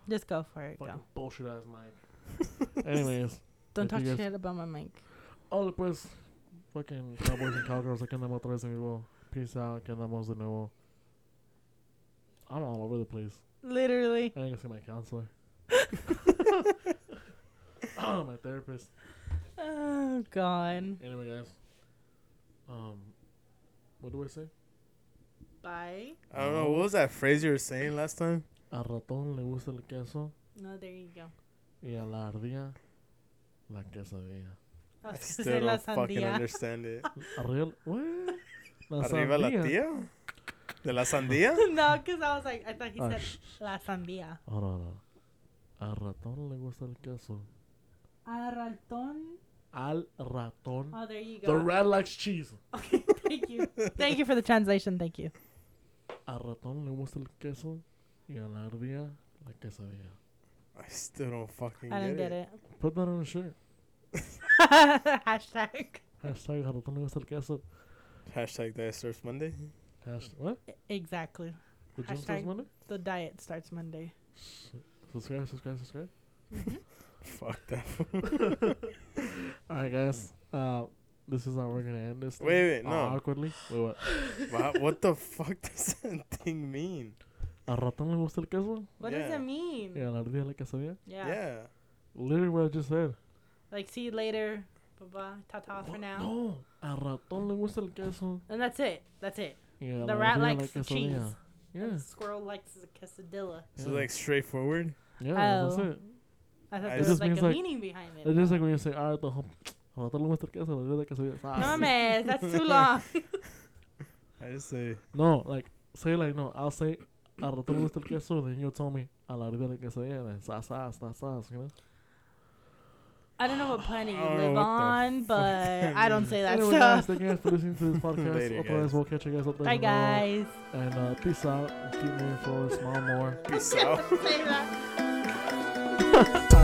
S2: Just go for it.
S1: fucking
S2: *laughs*
S1: *laughs*
S2: Go.
S1: bullshit ass mic. Anyways,
S2: Don't
S1: Thank
S2: talk
S1: you guys.
S2: shit about my mic.
S1: all pues, fucking cowboys and cowgirls, aquí andamos otra vez en vivo. Peace out, aquí andamos de nuevo. I'm all over the place.
S2: Literally.
S1: *laughs*
S2: *laughs*
S1: I think I see my counselor. oh, my therapist.
S2: Oh God.
S1: Anyway, guys. Um, what do I say?
S2: Bye.
S3: I don't know. What was that phrase you were saying last time?
S1: Al ratón le gusta el queso
S2: No, there you go.
S1: y a la ardilla la quesadilla.
S2: I
S3: I
S2: was
S3: still
S2: gonna say la
S3: don't fucking
S2: sandía.
S3: understand it.
S1: Arriba, what? La
S3: Arriba la
S1: sandía.
S3: tía. De la sandía?
S2: *laughs* no, because I was like, I thought he
S1: Ah,
S2: said
S1: sh-
S2: la sandía.
S1: hold on, hold on. Al ratón le gusta el queso.
S2: Aralton.
S1: Al ratón.
S2: Oh, there you go.
S1: The rat likes cheese.
S2: okay, thank you. thank you for the translation. Thank you.
S1: Al ratón le gusta el queso y a la ardilla la quesadilla. Pues,
S3: I still don't fucking
S2: I didn't
S3: get
S2: get
S3: it.
S2: it.
S1: Put that on a shirt.
S2: Hashtag.
S1: *laughs* Hashtag al ratón le gusta el queso.
S3: Hashtag Diet Starts Monday.
S1: Hashtag, what?
S2: Exactly.
S1: The gym starts
S2: Hashtag-
S1: Monday?
S2: The diet starts Monday.
S1: Subscribe, subscribe, subscribe. *laughs*
S3: Fuck that.
S1: All right, guys. Uh, this is how we're gonna end this. thing.
S3: Wait,
S1: Uh,
S3: wait, no.
S1: awkwardly. Wait, what?
S3: Wow, what the fuck does that thing mean?
S1: ¿A ratón le gusta el queso?
S2: What does
S3: Yeah.
S2: it mean?
S1: Y a la ardilla la quesadilla.
S2: Yeah.
S3: Yeah.
S1: Literally what I just said.
S2: Like, see you later. Bye bye. Ta ta for
S1: What?
S2: now.
S1: No. Oh, A ratón le gusta el queso.
S2: And that's it. That's it.
S1: Y a
S2: The
S1: la
S2: rat
S1: ardilla la
S2: likes the
S1: quesadilla.
S2: cheese. And
S1: Yeah.
S2: the squirrel likes the quesadilla.
S3: So
S1: Yeah.
S3: like straightforward.
S1: Yeah,
S2: Oh.
S1: that's it.
S2: I thought
S3: I
S2: there
S3: just
S2: was like
S1: means
S2: a
S1: like-
S2: meaning behind it.
S1: It's just like
S2: *laughs*
S1: when you say, all right, the whole... A ratón le gusta el queso, Ah, la ardilla la quesadilla. *laughs*
S2: No
S1: Ah,
S2: man, that's too long.
S3: I just say
S1: No, like, say like no, I'll say al rato le gusta el queso, then you'll tell me a la hora de quesadilla, then sa sa sa sa, you know.
S2: I don't know what planet you
S3: Oh,
S2: live
S3: what the
S2: on, but I don't say
S1: *laughs*
S2: that
S1: anyway, guys,
S2: stuff.
S1: thank you guys for listening to
S3: *laughs*
S1: this podcast.
S3: Later,
S1: Otherwise,
S3: guys.
S1: we'll catch you guys up there
S2: *laughs* Bye,
S1: tomorrow. *laughs* And
S2: guys.
S1: uh, peace
S2: *laughs*
S1: out. Keep moving forward. Smile more.
S3: Peace out.
S2: Say that.
S1: Bye.